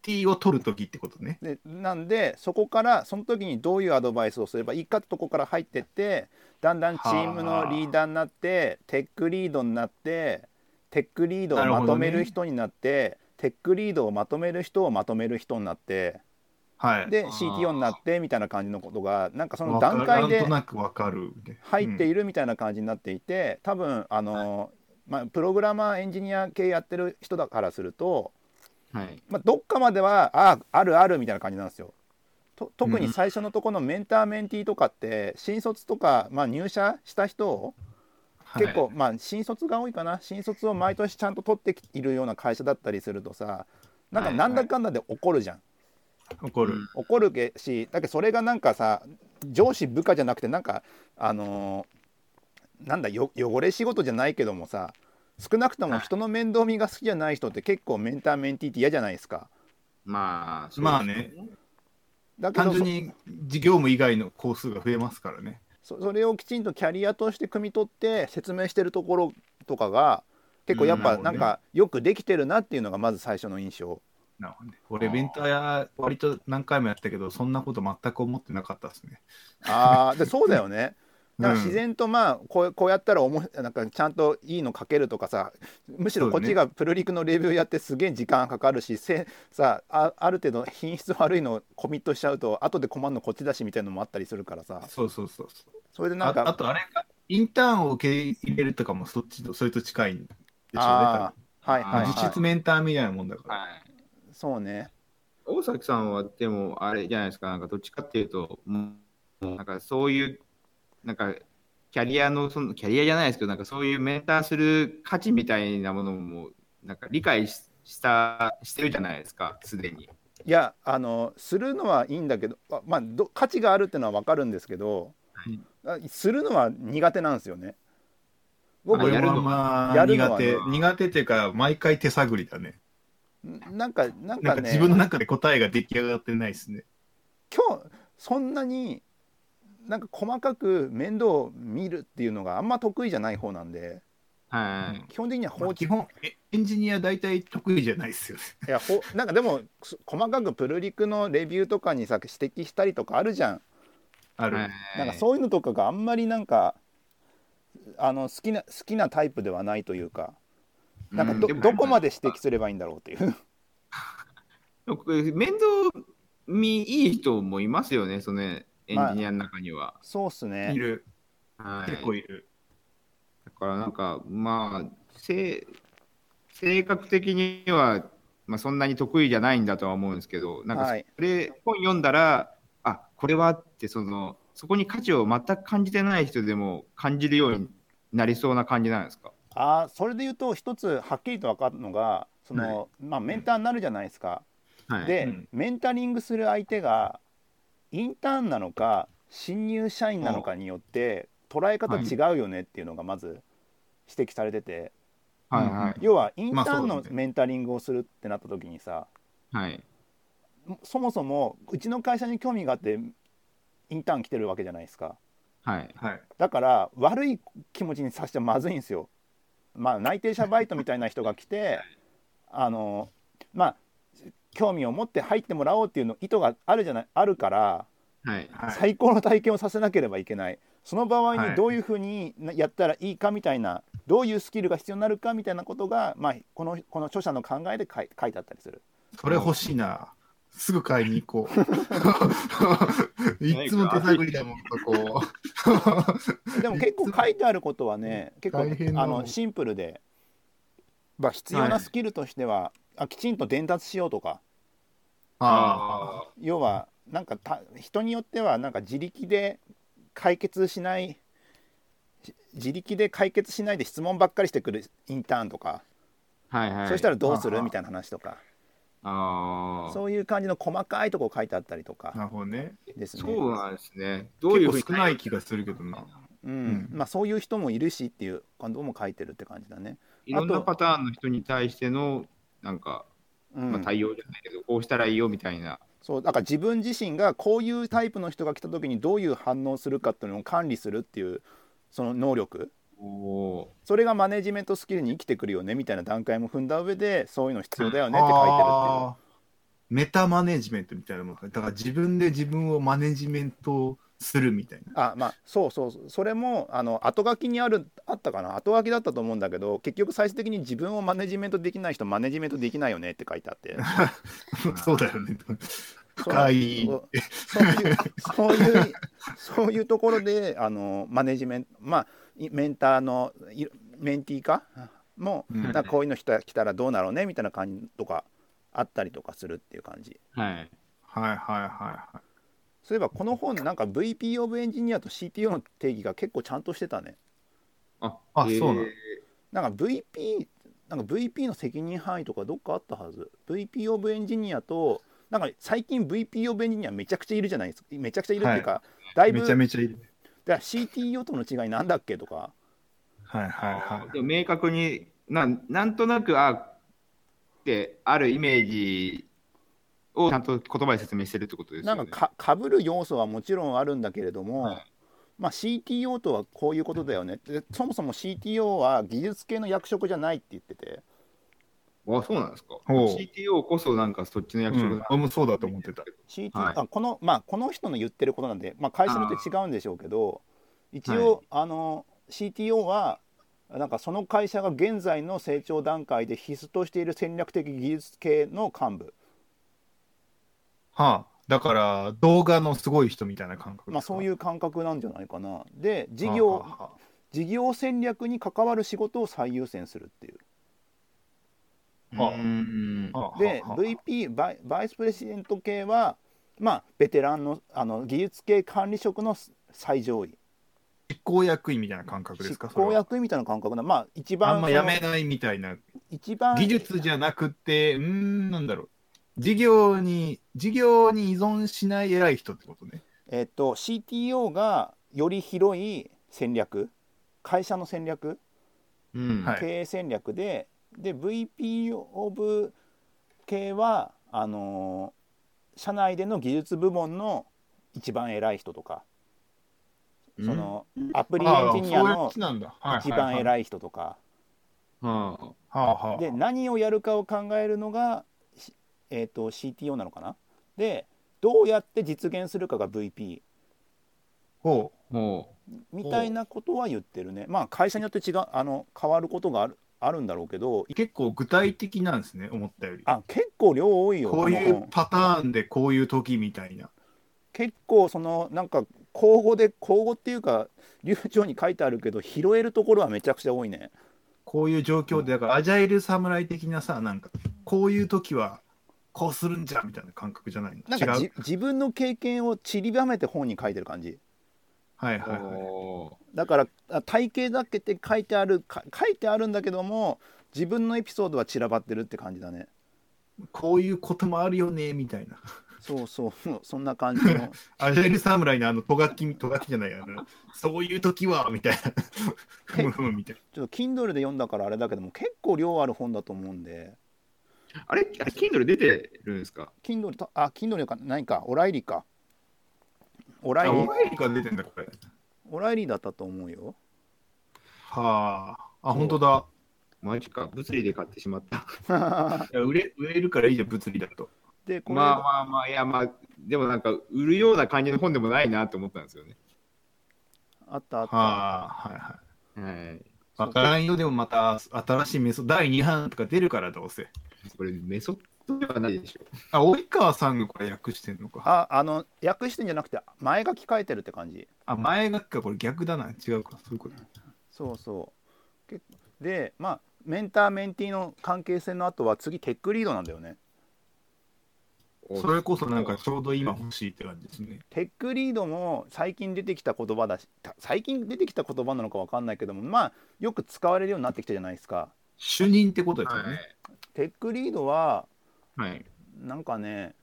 Speaker 2: ティーを取るときってことね。
Speaker 1: でなんでそこからその時にどういうアドバイスをすればいいかってとこから入ってってだんだんチームのリーダーになってテックリードになってテックリードをまとめる人になってテックリードをまとめる人をまとめる人になって
Speaker 2: はい。
Speaker 1: で
Speaker 3: あー
Speaker 1: CTO になってみたいな感じのことがなんかその
Speaker 2: わか
Speaker 1: 段階
Speaker 2: な
Speaker 1: で
Speaker 2: んとなくわかる。
Speaker 1: 入って
Speaker 2: うん
Speaker 1: いるみたいな感じになっていて多分あの、まあ、プログラマーエンジニア系やってる人だからすると
Speaker 3: はい。
Speaker 1: まあ、どっかまではああるあるみたいな感じなんですよ。と特に最初のとこのメンターメンティーとかって新卒とか、まあ、入社した人を
Speaker 2: はい
Speaker 1: 結構、まあ新卒が多いかな新卒を毎年ちゃんと取っているような会社だったりするとさなんか
Speaker 3: はい
Speaker 1: なんだかんだで怒るじゃん、
Speaker 2: 怒る。
Speaker 1: 怒るけしだけどそれがなんかさ上司部下じゃなくてなんかあのーなんだよ汚れ仕事じゃないけどもさ少なくとも人の面倒見が好きじゃない人って結構メンターメンティーって嫌じゃないですか。
Speaker 3: まあ、
Speaker 2: まあね。
Speaker 1: だけ
Speaker 2: 単
Speaker 1: どそ
Speaker 2: 純に事業務以外の工数が増えますからね。
Speaker 1: そそれをきちんとキャリアとして汲み取って説明してるところとかが結構やっぱ
Speaker 2: うん
Speaker 1: なんかよくできてるなっていうのがまず最初の印 象
Speaker 2: なるほどね。俺、ベンターや割と何回もやったけど、そんなこと全く思ってなかったですね。
Speaker 1: あーでそうだよねだから
Speaker 2: うん
Speaker 1: 自然とまあこうこうやったらおもなんかちゃんといいの書けるとかさむしろこっちがプルリクのレビューやってすげえ時間かかるし、せさあある程度品質悪いのをコミットしちゃうと後で困るのこっちだしみたいなのもあったりするからさ
Speaker 2: そうそうそうそう。
Speaker 1: それでな
Speaker 2: あ
Speaker 1: んか
Speaker 2: あと、あれが、インターンを受け入れるとかも、そっちと、それと近いんでしょうね
Speaker 1: あーはい
Speaker 3: あ
Speaker 1: はい、
Speaker 2: 多分。実
Speaker 1: は
Speaker 2: 質メンターみたいなもんだから。
Speaker 3: はい。
Speaker 1: い、そうね
Speaker 3: 大崎さんは、でも、あれじゃないですか、なんかどっちかっていうと、もうなんかそういう、なんか、キャリアの、そのキャリアじゃないですけど、なんかそういうメンターする価値みたいなものも、なんか理解しした、してるじゃないですか、すでに。
Speaker 1: いやあのするのはいいんだけどあまあど価値があるってのは分かるんですけど、あするのは苦手なんですよね僕
Speaker 3: あ
Speaker 2: 俺
Speaker 3: やる
Speaker 2: は
Speaker 3: の
Speaker 2: まあ
Speaker 1: やるの
Speaker 2: 苦
Speaker 1: は
Speaker 2: 手苦手っていうか毎回手探りだね
Speaker 1: なんかなんか
Speaker 2: なんか
Speaker 1: ね
Speaker 2: 自分の中で答えが出来上がってないですね
Speaker 1: 今日そんなになんか細かく面倒を見るっていうのがあんま得意じゃない方なんで
Speaker 3: はい。
Speaker 1: 基本的には
Speaker 2: ま
Speaker 1: 放
Speaker 2: あ
Speaker 1: 置
Speaker 2: 基本えエンジニア大体得意じゃないですよね
Speaker 1: いやほなんかでもそ細かくプルリクのレビューとかにさ指摘したりとかあるじゃん
Speaker 2: ある、
Speaker 3: はい
Speaker 1: なんかそういうのとかがあんまりなんかあの好きな好きなタイプではないというかなんかど,、
Speaker 3: うん
Speaker 1: どこまで指摘すればいいんだろうっていう。
Speaker 3: 面倒見いい人もいますよね、そのエンジニアの中には。
Speaker 1: そうっすね。
Speaker 2: いる
Speaker 3: はい、
Speaker 2: 結構いる、
Speaker 3: だからなんか、まあ、せ性格的には、まあ、そんなに得意じゃないんだとは思うんですけど、なん
Speaker 1: は
Speaker 3: か
Speaker 1: い
Speaker 3: それ、本読んだら、あこれはってその、そこに価値を全く感じてない人でも感じるようになりそうな感じなんですか。
Speaker 1: あーそれで言うと一つはっきりと分かるのがその、まあ、メンターになるじゃないですか。
Speaker 3: はい、
Speaker 1: で、
Speaker 2: うん
Speaker 1: メンタリングする相手がインターンなのか新入社員なのかによって捉え方違うよねっていうのがまず指摘されてて、
Speaker 3: はいは
Speaker 1: 要はインターン
Speaker 2: まあそ
Speaker 1: の
Speaker 2: うだね
Speaker 1: メンタリングをするってなった時にさ、
Speaker 3: い、はい、
Speaker 1: そもそもうちの会社に興味があってインターン来てるわけじゃないですか
Speaker 3: はい、
Speaker 2: はい
Speaker 1: だから悪い気持ちにさせちゃまずいんですよ。まあ内定者バイトみたいな人が来てあのまあ興味を持って入ってもらおうっていうの意図があるじゃないあるから
Speaker 3: はい、
Speaker 2: はい、
Speaker 1: 最高の体験をさせなければいけないその場合
Speaker 2: は
Speaker 1: に
Speaker 2: い
Speaker 1: どういうふうにやったらいいかみたいなどういうスキルが必要になるかみたいなことが、まあ、このこの著者の考えで書い書いてあったりする。
Speaker 2: それ欲しいなすぐ買いに行こ ういつも手探りだもんここ
Speaker 1: でも結構書いてあることはね結構
Speaker 2: 大変な
Speaker 1: あ
Speaker 2: の
Speaker 1: のシンプルで、まあ、必要なスキルとしては、あきちんと伝達しようとか
Speaker 2: あ
Speaker 3: あ
Speaker 1: 要はなんかた人によってはなんか自力で解決しないし自力で解決しないで質問ばっかりしてくるインターンとか、
Speaker 3: ーはい、はい、
Speaker 1: そしたらどうす
Speaker 2: あ
Speaker 1: る
Speaker 2: あ
Speaker 1: みたいな話とか
Speaker 3: あー
Speaker 1: そういう感じの細かいとこ書いてあったりとか
Speaker 2: あなるほどね
Speaker 1: ですね。
Speaker 3: そうなんですね。どういうふう
Speaker 2: 結構
Speaker 3: に
Speaker 2: 少ない気がするけどな
Speaker 1: うん
Speaker 2: うん
Speaker 1: まあ、そういう人もいるしっていうことも書いてるって感じだね。
Speaker 3: いろん
Speaker 1: あ
Speaker 3: な
Speaker 1: と
Speaker 3: パターンの人に対しての、なんか、
Speaker 1: うん
Speaker 3: まあ、対応じゃないけど、こうしたらいいよみたいな。
Speaker 1: そうだから自分自身がこういうタイプの人が来た時にどういう反応するかっていうのを管理するっていうその能力
Speaker 3: おー
Speaker 1: それがマネジメントスキルに生きてくるよねみたいな段階も踏んだ上でそういうの必要だよねって書いてるっていう
Speaker 2: あーメタマネジメントみたいなものだから自分で自分をマネジメントするみたいな
Speaker 1: あまあそうそうそうそれもあの後書きにあるあったかな後書きだったと思うんだけど結局最終的に自分をマネジメントできない人マネジメントできないよねって書いてあって
Speaker 2: そうだよね
Speaker 1: そう
Speaker 2: 深い
Speaker 1: そうそういうそういうところであのマネジメントまあいメンターのいメンティーかも
Speaker 2: うん
Speaker 1: なんかこういうの人が来たらどうなろうねみたいな感じとかあったりとかするっていう感じ
Speaker 3: はい。
Speaker 2: はいはいはいはい
Speaker 1: そういえばこの本なんか VP オブエンジニアと CTO の定義が結構ちゃんとしてたね
Speaker 3: あ、
Speaker 2: あそうなの
Speaker 1: なんか VP なんか VP の責任範囲とかどっかあったはず VP オブエンジニアとなんか最近 VP オブエンジニアめちゃくちゃいるじゃないですかめちゃくちゃいるっていうか、だいぶ
Speaker 2: めちゃめちゃいい
Speaker 1: だから CTO との違いなんだっけとか
Speaker 2: はいはいは
Speaker 3: でも明確になん、なんとなく、あってあるイメージをちゃんと言葉で説明してるってことですよ
Speaker 1: な
Speaker 3: ね。
Speaker 1: んかかぶる要素はもちろんあるんだけれども、
Speaker 3: はい
Speaker 1: まあ、CTO とはこういうことだよねってそもそも CTO は技術系の役職じゃないって言ってて
Speaker 3: あ、そうなんですか。
Speaker 2: ほう
Speaker 3: CTO こそなんかそっち
Speaker 2: う
Speaker 3: の役職
Speaker 2: ん
Speaker 3: だ、
Speaker 2: 俺もそうだと思ってた。
Speaker 1: CTO、
Speaker 3: はい
Speaker 1: あこのまあ、この人の言ってることなんで、まあ、会社によって違うんでしょうけど一応、あの CTO はなんかその会社が現在の成長段階で必須としている戦略的技術系の幹部、
Speaker 2: はあ、だから動画のすごい人みたいな感覚
Speaker 1: まあ、そういうう感覚なんじゃないかなで事業事業戦略に関わる仕事を最優先するっていう
Speaker 2: あ
Speaker 3: うん
Speaker 1: で VP バイバイスプレジデント系はまあベテランのあの技術系管理職の最上位
Speaker 2: 執行役員みたいな感覚で
Speaker 1: 執
Speaker 2: すか
Speaker 1: 行
Speaker 2: それは
Speaker 1: 役員みたいな感覚なまあ一
Speaker 2: あ
Speaker 1: 番
Speaker 2: んまやめないみたいな
Speaker 1: 一番
Speaker 2: 技術じゃなくてうーんなんだろう事業に事業に依存しない偉い人ってことね
Speaker 1: えっと CTO がより広い戦略会社の戦略
Speaker 3: うん
Speaker 2: はい
Speaker 1: 経営戦略で、で VP オブ系はあのー社内での技術部門の一番偉い人とか、そのアプリエンジニア
Speaker 2: ああそういうや
Speaker 1: の
Speaker 2: つなんだはい
Speaker 1: 一番
Speaker 2: い
Speaker 1: 偉い人とか。
Speaker 3: は
Speaker 2: はあはあ
Speaker 1: で何をやるかを考えるのが、しえー、と CTO なのかなでどうやって実現するかが VP
Speaker 2: ほう
Speaker 3: あ、も、
Speaker 1: みたいなことは言ってるねまあ会社によって違うあの変わることがあるあるんだろうけどい
Speaker 2: 結構具体的なんですね思ったより
Speaker 1: あ結構量多いよ
Speaker 2: こうい
Speaker 1: この
Speaker 2: う
Speaker 1: 本
Speaker 2: パターンでこういう時みたいな
Speaker 1: 結構そのなんか口語で口語っていうか流暢に書いてあるけど拾えるところはめちゃくちゃ多いね
Speaker 2: こういう状況でだからアジャイル侍的なさなんかこういう時はこうするんじゃみたいな感覚じゃないの
Speaker 1: なんか
Speaker 2: 違う
Speaker 1: じ自分の経験を散りばめて本に書いてる感じ
Speaker 2: はいうはいはい
Speaker 3: お
Speaker 1: だからあ体型だけって書いてあるか書いてあるんだけども自分のエピソードは散らばってるって感じだね
Speaker 2: こういうこともあるよねみたいな
Speaker 1: そうそうそんな感じの
Speaker 2: アジャイル侍のあのとがきとがきじゃないやなそういう時はみたいなふむふむみたい
Speaker 1: ちょっと Kindle で読んだからあれだけども結構量ある本だと思うんで
Speaker 3: ーあれ、あれ Kindle 出てるんですか
Speaker 1: Kindle とあ Kindle かないかオライリかオラ
Speaker 2: な
Speaker 1: イ
Speaker 2: あ
Speaker 1: リ
Speaker 2: お前が出てんだこれ
Speaker 1: オライリだったと思うよ
Speaker 2: はああ本当だ
Speaker 3: マジか、物理で買ってしまった。
Speaker 2: いや売れ売れるからいいじゃん物理だと
Speaker 1: でこれ、
Speaker 3: まあまあまあ、いやまあ、でもなんか、売るような感じの本でもないなと思ったんですよね。
Speaker 1: あったあっ
Speaker 2: は
Speaker 1: た、
Speaker 2: あはいはい
Speaker 3: はい。
Speaker 2: わからんよでもまた新しいメソ第2版とか出るからどうせ
Speaker 3: これ、メソッドではないでしょ。
Speaker 2: あ及川さんがこれ訳してんのか
Speaker 1: ああの訳してんじゃなくて前書き書いてるって感じ
Speaker 2: あ前書きかこれ逆だな違うかそういうこと
Speaker 1: そうそうけでまあメンターメンティーの関係性の後は次テックリードなんだよね
Speaker 3: お
Speaker 2: それこそなんかちょうど今欲しいって感じですね
Speaker 1: テックリードも最近出てきた言葉だした最近出てきた言葉なのかわかんないけどもまあよく使われるようになってきたじゃないですか
Speaker 2: 主任ってことですよね、
Speaker 3: はい。
Speaker 1: テックリードは
Speaker 3: はい。
Speaker 1: なんかね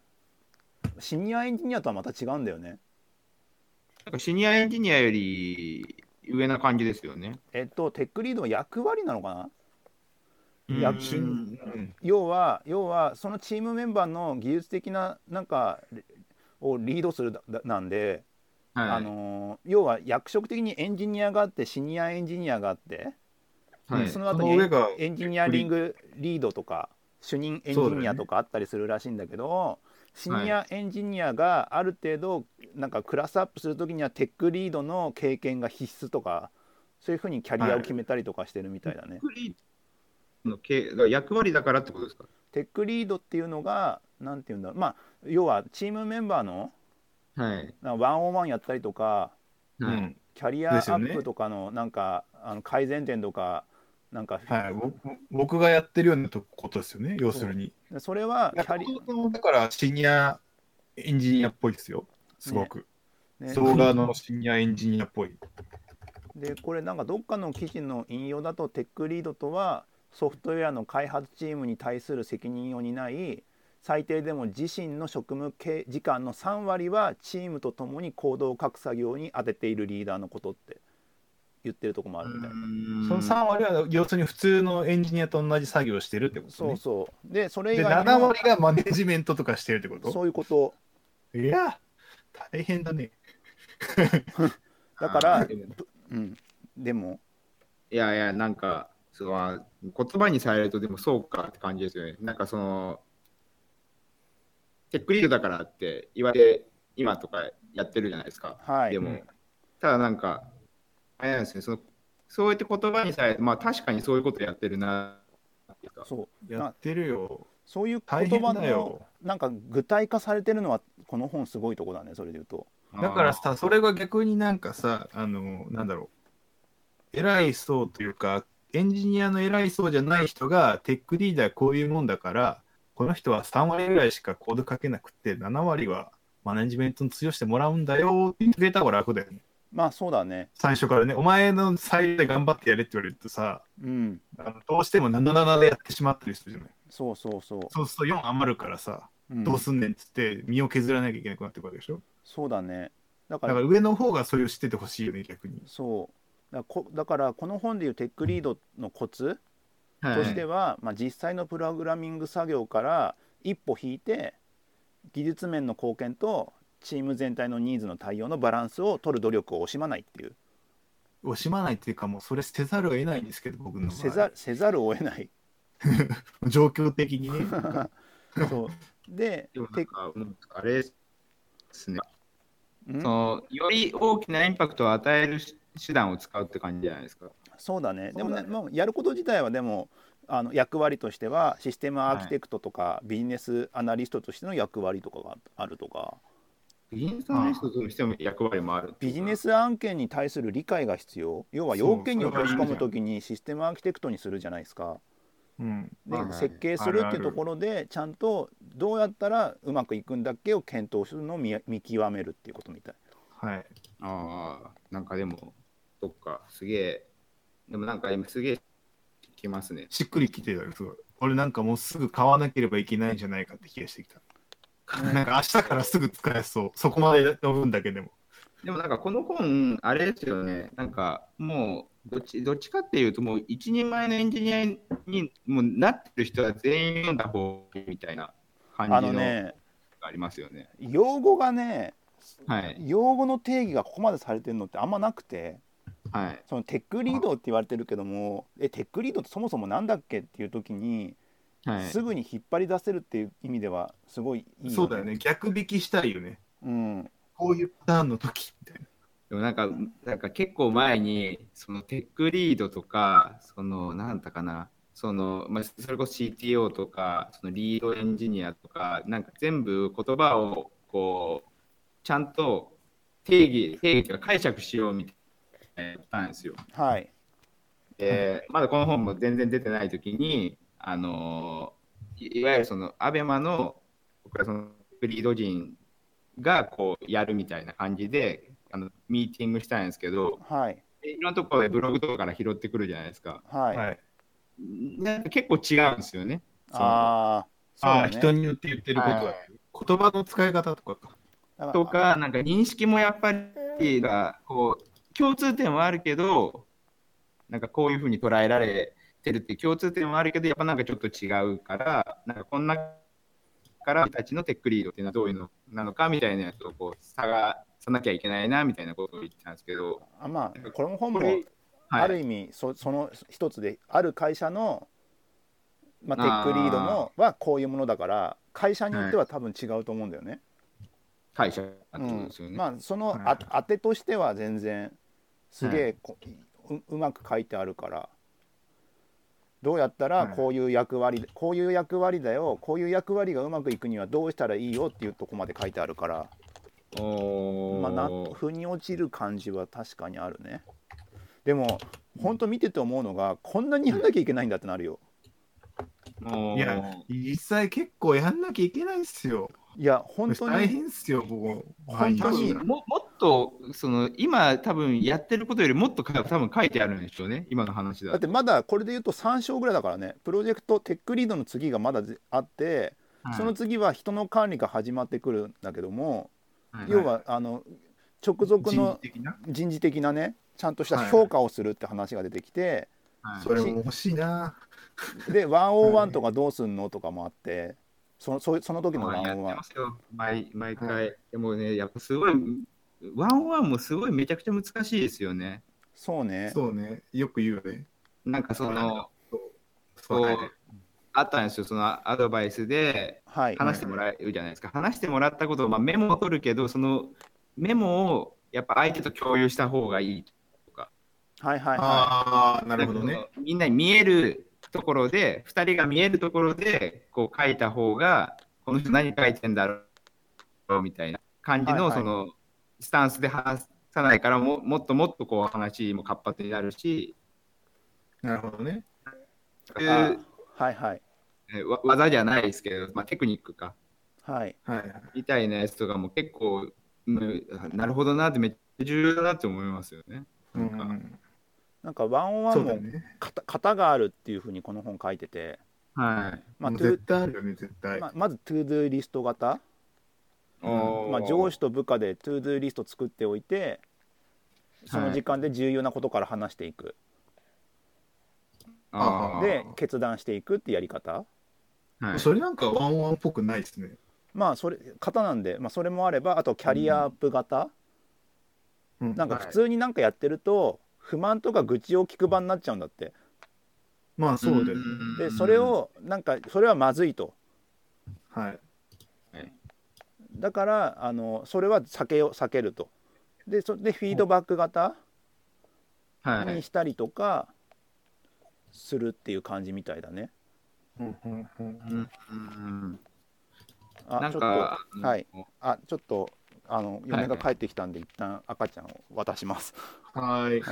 Speaker 1: シニアエンジニアとはまた違うんだよね
Speaker 3: なんか、シニアエンジニアより上な感じですよね。
Speaker 1: えっとテックリードは役割なのかな
Speaker 2: うん
Speaker 1: 役
Speaker 2: 主任うん
Speaker 1: 要は要はそのチームメンバーの技術的ななんかをリードするだだなんで
Speaker 3: はい。
Speaker 1: あのー要は役職的にエンジニアがあってシニアエンジニアがあって、
Speaker 3: はい、
Speaker 1: そ
Speaker 2: そ
Speaker 1: の後に
Speaker 2: の
Speaker 1: エ
Speaker 2: 上
Speaker 1: ン
Speaker 2: が
Speaker 1: エンジニアリングリードとか主任エンジニアとかあったりするらしいんだけどシニアエンジニアがある程度なんかクラスアップする時にはテックリードの経験が必須とかそういうふうにキャリアを決めたりとかしてるみたいだね。
Speaker 3: 役割のけだから役割だからってことですか
Speaker 1: テックリードっていうのがなんていうんだろうまあ要はチームメンバーの
Speaker 3: はい。
Speaker 1: なんかワンオンワンやったりとか
Speaker 2: う
Speaker 3: はい。
Speaker 2: ん
Speaker 1: キャリアア
Speaker 2: ですよね
Speaker 1: ップとかのなんか、あの改善点とかなんか、
Speaker 2: はい、僕僕がやってるようなとことですよね要するに
Speaker 1: それはキャリ
Speaker 2: 中野だからシニアエンジニアっぽいですよすごく、
Speaker 1: ね
Speaker 2: 動画のシニアエンジニアっぽい
Speaker 1: でこれなんかどっかの記事の引用だとテックリードとはソフトウェアの開発チームに対する責任を担い最低でも自身の職務経時間の3割はチームと共に行動を書く作業に当てているリーダーのことって言ってるとこもあるみたいな。
Speaker 2: その3割は要するに普通のエンジニアと同じ作業してるってことです
Speaker 1: そ
Speaker 2: ね
Speaker 1: う。そうでそれ以
Speaker 2: で
Speaker 1: 外
Speaker 2: 7
Speaker 1: も
Speaker 2: 割がマネジメントとかしてるってこと
Speaker 1: そういうこと
Speaker 2: いや大変だね。
Speaker 1: だから
Speaker 3: あーでも
Speaker 1: うんでも
Speaker 3: いやいや、なんか、そうあ言葉にされると、でもそうかって感じですよね。なんかその、テックリードだからって言われて、今とかやってるじゃないですか。
Speaker 1: はい
Speaker 3: でも、ただなんか、あれなんですね、そのそうやって言葉にされて、まあ確かにそういうことやってるなっていうか
Speaker 1: そう
Speaker 2: やってるよ。
Speaker 1: そういう
Speaker 2: 大
Speaker 1: 言
Speaker 2: 変
Speaker 1: 葉
Speaker 2: だ
Speaker 1: の
Speaker 2: よ。
Speaker 1: なんか具体化されてるのはこの本すごいとこだねそれで言うと
Speaker 2: だからさ、それが逆になんかさ、あの、なんだろう。偉い層というか、エンジニアの偉い層じゃない人が、テックリーダーこういうもんだから、この人は3割ぐらいしかコード書けなくて、7割はマネジメントに通用してもらうんだよって言ってくれた方が楽だよね。
Speaker 1: まあそうだね
Speaker 2: 最初からね、お前の最大で頑張ってやれって言われるとさ、
Speaker 1: うん
Speaker 2: あのどうしても77でやってしまったりするじゃない。
Speaker 1: そうそうそ
Speaker 2: そうすると4余るからさ、
Speaker 1: う、うん
Speaker 2: どうすんねんっつって身を削らなきゃいけなくなってくるわけでしょ。
Speaker 1: そうだねだか
Speaker 2: だからら上の方がそれを知っててほしいよね、逆に。
Speaker 1: そうだこだからこの本でいうテックリードのコツ
Speaker 3: はい
Speaker 1: としては、まあ、実際のプログラミング作業から一歩引いて技術面の貢献とチーム全体のニーズの対応のバランスを取る努力を惜しまないっていう
Speaker 2: 惜しまないっていうか、もうそれせざるを得ないんですけど、僕の場合
Speaker 1: せざせざるを得ない
Speaker 2: 状況的に ね。
Speaker 1: そうで
Speaker 3: でもな
Speaker 1: て
Speaker 3: んか、うんあれですね、
Speaker 1: ん
Speaker 3: その、より大きなインパクトを与えるし手段を使うって感じじゃないですか。
Speaker 1: そうだねでも
Speaker 3: そ
Speaker 1: ね
Speaker 3: うだね
Speaker 1: もうやること自体はでもあの役割としてはシステムアーキテクトとかビジネスアナリストとしての役割とかがあるとか
Speaker 3: ビジネスアナリストとしても役割もある。
Speaker 1: ビジネス案件に対する理解が必要要は要件に
Speaker 2: そう
Speaker 1: 落
Speaker 2: そ
Speaker 1: とし
Speaker 2: れはいいじ
Speaker 1: 込
Speaker 2: ゃん
Speaker 1: む時にシステムアーキテクトにするじゃないですか。
Speaker 2: うん。
Speaker 1: で
Speaker 3: はいはい
Speaker 1: 設計するっていうところでちゃんとどうやったらうまくいくんだっけを検討するのを見見極めるっていうことみたい。
Speaker 2: はい。
Speaker 3: ああ、なんかでも、そっか、すげえ、でもなんか今すげえきますね。
Speaker 2: しっくりきてるよ、すごい。俺なんかもうすぐ買わなければいけないんじゃないかって気がしてきた。なんか明日からすぐ使えそう。そこまでの分だけでも。
Speaker 3: でもなんかこの本、あれですよね、なんかもうどっち、どっちかっていうと、もう一人前のエンジニアにもうなってる人は全員読んだ方がいいみたいな感
Speaker 1: あ
Speaker 3: じ
Speaker 1: の
Speaker 3: のが
Speaker 1: ね
Speaker 3: ありますよね。
Speaker 1: 用語がね
Speaker 3: はい。
Speaker 1: 用語の定義がここまでされてるのってあんまなくて
Speaker 3: はい。
Speaker 1: そのテックリードって言われてるけどもえテックリードってそもそもなんだっけっていう時に
Speaker 3: はい。
Speaker 1: すぐに引っ張り出せるっていう意味ではすごいいいよ、
Speaker 2: そうだよね。逆引きしたいよね。
Speaker 1: うん
Speaker 2: こういうパターンの時みたいな。
Speaker 3: でもなんか、なんか結構前に、そのテックリードとか、その、なんだかな、その、まあ、それこそ CTO とか、そのリードエンジニアとか、なんか全部言葉を、こう、ちゃんと定義、定義というか解釈しようみたいなのやったんですよ。
Speaker 1: はい
Speaker 3: で、まだこの本も全然出てない時に、あのーいいわゆるその、アベマの、僕らその、リード人がこうやるみたいな感じで、あのミーティングしたんですけど、
Speaker 1: はい
Speaker 3: でいろんなところでブログとかから拾ってくるじゃないですか。
Speaker 1: はい、
Speaker 2: はい。
Speaker 3: なんか結構違うんですよね。
Speaker 1: ああそう
Speaker 2: あ
Speaker 1: だ
Speaker 2: あ、
Speaker 1: ね
Speaker 2: 人によって言ってることは、
Speaker 3: はい
Speaker 2: 言葉の使い方とかか。
Speaker 1: だら
Speaker 3: とか、なんか認識もやっぱりがこう共通点はあるけど、なんかこういうふうに捉えられてるっていう共通点はあるけど、やっぱなんかちょっと違うから、なんかこんなからたちのテックリードっていうのはどういうのなのかみたいなやつをこう探さなきゃいけないなみたいなことを言ってたんですけど、
Speaker 1: あまあこれも本も
Speaker 3: これ、
Speaker 1: ある
Speaker 3: い、
Speaker 1: 意味そその一つである会社の、まあ、テ
Speaker 3: あー
Speaker 1: ックリードのはこういうものだから会社によっては多分違うと思うんだよね。
Speaker 3: 解釈だ
Speaker 1: う
Speaker 3: ってこと
Speaker 1: ん
Speaker 3: ですよね。
Speaker 1: まあその
Speaker 2: は
Speaker 1: あ
Speaker 2: い
Speaker 1: 当てとしては全然すげ
Speaker 3: は
Speaker 1: えこううまく書いてあるからどうやったら
Speaker 2: はい
Speaker 1: こういう役割、こういう役割だよこういう役割がうまくいくにはどうしたらいいよっていうとこまで書いてあるから、
Speaker 3: おー
Speaker 1: まあ、な腑に落ちる感じは確かにあるね。でも本当見てて思うのがこんなにやんなきゃいけないんだってなるよ。
Speaker 3: おー
Speaker 2: いや、実際結構やんなきゃいけないっすよ。
Speaker 1: いや本当
Speaker 2: 大
Speaker 1: に
Speaker 2: 変っすよ、ここ。
Speaker 1: 本当に
Speaker 2: はい
Speaker 3: ももっとその今多分やってることよりもっとか多分書いてあるんでしょうね今の話だ
Speaker 1: だってまだこれで言うと3章ぐらいだからねプロジェクトテックリードの次がまだぜあって、その次は人の管理が始まってくるんだけども、
Speaker 3: はい
Speaker 1: 要はあの直属
Speaker 2: 人
Speaker 1: の
Speaker 2: 事的な。
Speaker 1: 人事的なねちゃんとした評価をするって話が出てきて、
Speaker 3: はい
Speaker 2: それも欲しいな。
Speaker 1: で101とかどうすんのとかもあってそのそその時の
Speaker 3: まあやって
Speaker 1: 101
Speaker 3: ますよ毎毎回、
Speaker 2: は
Speaker 3: でもねやっぱすごいワンワンもすごいめちゃくちゃ難しいですよね
Speaker 1: そうね
Speaker 2: そうね。よく言うよね。
Speaker 3: なんかその
Speaker 2: そ
Speaker 3: こ
Speaker 2: う
Speaker 3: う、
Speaker 2: はい
Speaker 3: あったんですよそのアドバイスで
Speaker 1: はい
Speaker 3: 話してもらえるじゃないですか話してもらったことを、まあ、メモを取るけどそのメモをやっぱ相手と共有した方がいい
Speaker 1: はいはいは
Speaker 2: ああ、なるほどね。
Speaker 3: みんなに見えるところで2人が見えるところでこう書いた方がこの人何書いてんだろうみたいな感じ
Speaker 1: は
Speaker 3: の
Speaker 1: いはい
Speaker 3: そのスタンスで話さないからももっともっとこう話も活発になるし
Speaker 2: なるほどね。
Speaker 3: そう
Speaker 1: い
Speaker 3: い
Speaker 1: あ
Speaker 3: う
Speaker 1: はいはい
Speaker 3: えわ技じゃないですけど、まあ、テクニックか
Speaker 1: はい
Speaker 2: はいはい。
Speaker 3: みたいなやつとかも結構、うんなるほどなってめっちゃ重要だなって思いますよね。
Speaker 2: う
Speaker 3: なんか
Speaker 2: ん。
Speaker 1: なんか101
Speaker 2: そうだ
Speaker 1: も
Speaker 2: ね。
Speaker 1: 型型があるっていうふうにこの本書いてて、
Speaker 3: はい。
Speaker 1: まあ、
Speaker 2: もう
Speaker 1: to-
Speaker 2: 絶対あるよね、絶対。
Speaker 1: まあまず to do リスト型、
Speaker 3: おー
Speaker 1: まあ、上司と部下で to do リスト作っておいてその時間で重要なことから話していく、
Speaker 3: あー
Speaker 1: で決断していくってやり方
Speaker 3: はい
Speaker 2: それなんかワンワンっぽくないですね。
Speaker 1: まあそれ型なんで、まあ、それもあればあとキャリアアップ型、
Speaker 2: うん
Speaker 1: なんか普通になんかやってると不満とか愚痴を聞く場になっちゃうんだって
Speaker 2: まあそうだよね。
Speaker 3: ん
Speaker 1: でそれをなんかそれはまずいと
Speaker 2: はい。
Speaker 1: だからあのそれは避けよう避けるとでそでフィードバック型
Speaker 3: は
Speaker 1: に
Speaker 3: い、
Speaker 1: したりとかするっていう感じみたいだね
Speaker 2: うんうんうん
Speaker 3: うんな
Speaker 1: あ
Speaker 3: ん
Speaker 1: ちょっと
Speaker 3: か、
Speaker 1: はい
Speaker 3: あの
Speaker 1: あちょっとあの嫁が帰ってきたんで一旦赤ちゃんを渡します
Speaker 2: はーい。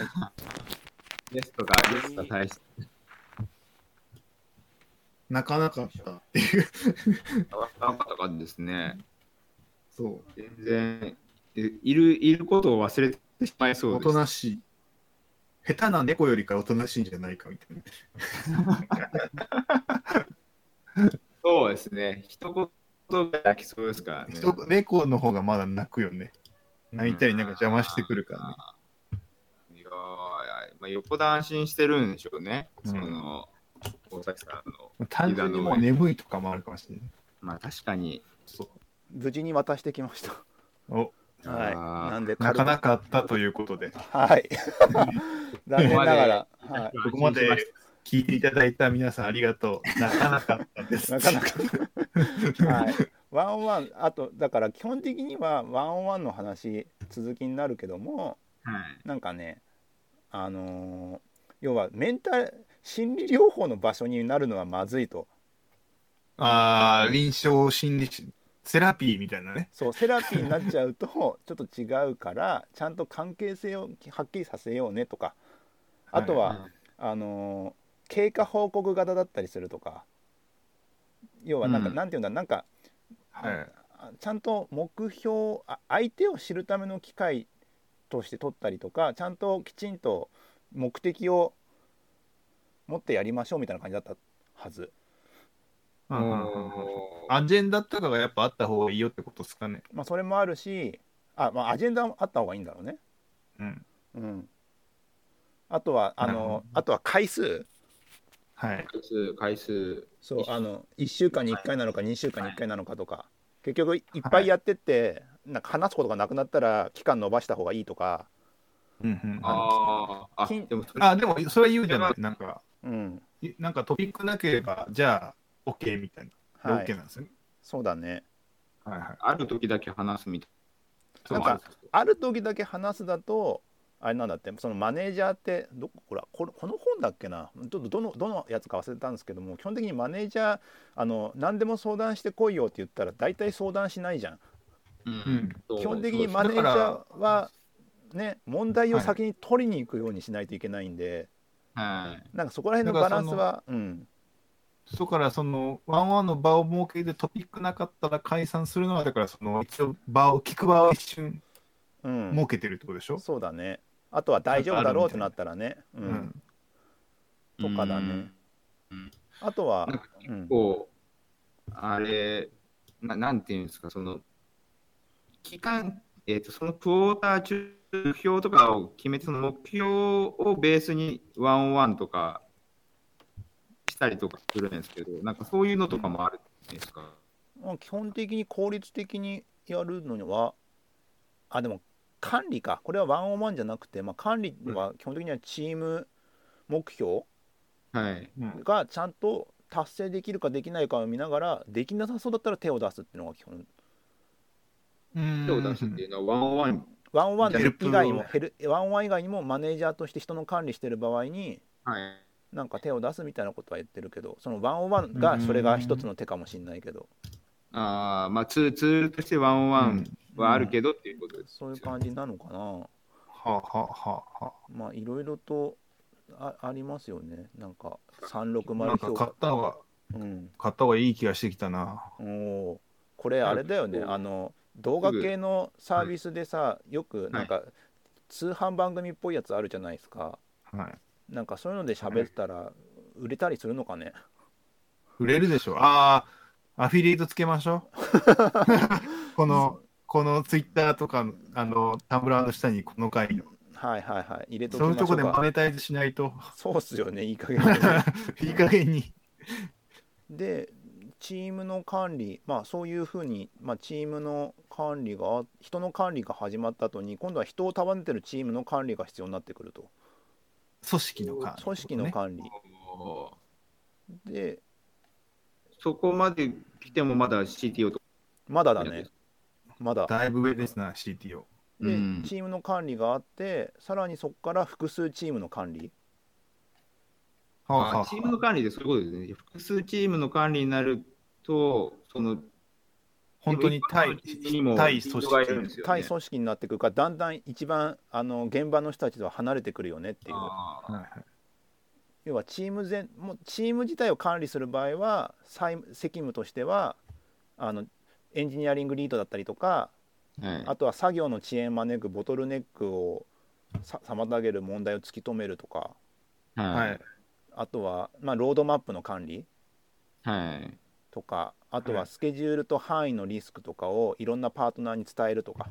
Speaker 3: ゲストが、ゲストが大し
Speaker 2: 泣かなかった。
Speaker 3: たわかんなかったですね。
Speaker 2: そう。
Speaker 3: 全然、いいる、いることを忘れてしまいそう
Speaker 2: お
Speaker 3: です
Speaker 2: と。なしい。下手な猫よりかおとなしいんじゃないかみたいな。
Speaker 3: そうですね。一言が泣きそうですからね。
Speaker 2: 人猫の方がまだ泣くよね。泣いたりなんか邪魔してくるからね。
Speaker 3: いやーまあ、よっぽど安心してるんでしょうね。
Speaker 2: うん
Speaker 3: その、大崎さんの。
Speaker 2: 単純にもう眠いとかもあるかもしれない。
Speaker 3: まあ、確かに。
Speaker 2: そう
Speaker 1: 無事に渡してきました
Speaker 2: お
Speaker 1: はい
Speaker 3: あー
Speaker 1: なんで
Speaker 2: 泣
Speaker 1: 軽く
Speaker 2: かなかったということで、
Speaker 1: はい残念ながら、はい、
Speaker 2: ここまで聞いていただいた皆さんありがとう。泣かなかったです。
Speaker 1: なかなか。はい。ワンワン、あと、だから基本的にはワンワンの話、続きになるけども、
Speaker 3: はい。
Speaker 1: なんかね、あのー要はメンタル、心理療法の場所になるのはまずいと。
Speaker 2: ああ、臨床心理士、セラピーみたいなね。
Speaker 1: そう、セラピーになっちゃう と、ちょっと違うから、ちゃんと関係性をはっきりさせようねとか、あとは、
Speaker 3: はい
Speaker 1: あのー経過報告型だったりするとか、要はなんか、
Speaker 3: うん
Speaker 1: なんていうんだ、なんか、
Speaker 2: はい。
Speaker 1: あちゃんと目標あ相手を知るための機会として取ったりとかちゃんときちんと目的を持ってやりましょうみたいな感じだったはず
Speaker 2: うんうんうん
Speaker 3: おー
Speaker 2: アジェンダとかがやっぱあった方がいいよってことですかね。
Speaker 1: まあそれもあるしあ、まあ、アジェンダもあった方がいいんだろうね
Speaker 2: うん。
Speaker 1: うんあとはあ
Speaker 2: なるほど
Speaker 1: のあとは回数
Speaker 2: はい。
Speaker 3: 回数、回数。
Speaker 1: そうあの1週間に1回なのか2週間に1回なのかとか結局いっぱいやってってなんか話すことがなくなったら期間延ばした方がいいとか
Speaker 2: うんうん、あ
Speaker 3: あーあ、
Speaker 1: 金
Speaker 3: でもそれ、
Speaker 2: あ、でもそれは言うじゃない。なんか、
Speaker 1: うん
Speaker 2: いなんかトピックなければ、じゃあ、OK みたいな。
Speaker 1: は
Speaker 2: OK
Speaker 1: い
Speaker 2: なんですよね。
Speaker 1: そうだね
Speaker 2: はいはい。
Speaker 3: ある時だけ話すみたい
Speaker 2: そう
Speaker 1: なんかある時だけ話すだとあれなんだってそのマネージャーってどこほらこれこの本だっけなちょっとどのどのやつか忘れたんですけども基本的にマネージャーあの何でも相談してこいよって言ったら大体相談しないじゃん
Speaker 3: な。
Speaker 2: う
Speaker 3: うん
Speaker 2: ん。
Speaker 3: そう
Speaker 1: 基本的
Speaker 3: そ
Speaker 1: に
Speaker 3: う
Speaker 1: マネージャーはね問題を
Speaker 2: はい
Speaker 1: 先に取りに行くようにしないといけないんで、
Speaker 3: はい。
Speaker 1: なんかそこら辺の
Speaker 2: だ
Speaker 1: バ
Speaker 2: から
Speaker 1: ラ
Speaker 2: そ
Speaker 1: ン
Speaker 2: の
Speaker 1: スはうん
Speaker 2: そうから、その、ワンワンの場を設けてトピックなかったら解散するのは、だから、その、一応、場を、聞く場を一瞬
Speaker 1: うん
Speaker 2: 設けてるってことでしょ。
Speaker 1: そうだねあとは大丈夫だろうってなったらねう。
Speaker 2: うん
Speaker 1: とかだねあとは
Speaker 3: なんか
Speaker 1: うん
Speaker 3: こう、あれ、ななんていうんですか、その、期間、えー、とそのクォーター中目標とかを決めて、その目標をベースにワンオンワンとかしたりとかするんですけど、なんかそういうのとかもあるんですか。
Speaker 1: まあ、基本的に効率的にやるのにはあでも管理かこれはワンオンワンじゃなくて、まあ、管理は基本的にはチーム目標
Speaker 3: はい。
Speaker 2: うん
Speaker 1: がちゃんと達成できるかできないかを見ながらできなさそうだったら手を出すっていうのが基本
Speaker 2: うん
Speaker 3: 手を出すっていうのはワンオンワン。
Speaker 1: ワンオンワン
Speaker 2: ヘルプ
Speaker 1: 以外にもヘルワンオンワン以外にもマネージャーとして人の管理してる場合に
Speaker 3: はい。
Speaker 1: なんか手を出すみたいなことは言ってるけどそのワンオンワンがそれが一つの手かもしれないけど
Speaker 3: あーまあツールツールとしてワンオンワンはあるけどっていうことです。
Speaker 1: そういう感じなのかな
Speaker 2: はあはあはあは
Speaker 1: まあいろいろとあありますよねなんか360
Speaker 2: あなんか
Speaker 1: 評
Speaker 2: 買
Speaker 1: 価
Speaker 2: った方が
Speaker 1: うん
Speaker 2: 買った方がいい気がしてきたな
Speaker 1: おーこれあれだよね
Speaker 3: うん
Speaker 1: あの動画系のサービスでさよくなんか通販番組っぽいやつあるじゃないですか
Speaker 2: はい
Speaker 1: なんかそういうので喋ったら売れたりするのかね
Speaker 2: 売れるでしょああアフィリエイトつけましょ うこのこのツイッターとかあのタンブラーの下にこの回の
Speaker 1: はいはいはい入れとき
Speaker 2: そう
Speaker 1: ま
Speaker 2: いう
Speaker 1: しょ
Speaker 2: と
Speaker 1: う
Speaker 2: こでマ
Speaker 1: か
Speaker 2: ネタイズしないと
Speaker 1: そうっすよねいい加減で
Speaker 2: いい加減に
Speaker 1: でチームの管理まあそういうふうに、まあ、チームの管理が人の管理が始まった後に今度は人を束ねてるチームの管理が必要になってくると
Speaker 2: 組織の管理
Speaker 1: 組織の管理、
Speaker 3: おー
Speaker 1: で
Speaker 3: そこまで来てもまだ CTO とか
Speaker 1: まだだねまだ
Speaker 2: だいぶ上ですな CTO
Speaker 1: で
Speaker 3: うん
Speaker 1: チームの管理があってさらにそこから複数チームの管理
Speaker 2: はあはあはあ
Speaker 3: チームの管理でそういうことですね。複数チームの管理になると、その
Speaker 2: 本当に対
Speaker 3: にも
Speaker 2: 対組
Speaker 3: 人がいるんで
Speaker 2: 織
Speaker 3: すよ、ね。
Speaker 1: 対組織になってくるからだんだん一番あの現場の人たちとは離れてくるよねっていう
Speaker 3: あー
Speaker 2: はいはい
Speaker 1: 要はチーム全もうチーム自体を管理する場合は債務責務としてはあのエンジニアリングリードだったりとか
Speaker 3: はい、
Speaker 1: あとは作業の遅延招くボトルネックをさ妨げる問題を突き止めるとか
Speaker 3: は
Speaker 2: はいい。
Speaker 1: あとは、まあ、ロードマップの管理
Speaker 3: はい。
Speaker 1: とかあと
Speaker 2: は
Speaker 1: はいスケジュールと範囲のリスクとかをいろんなパートナーに伝えるとか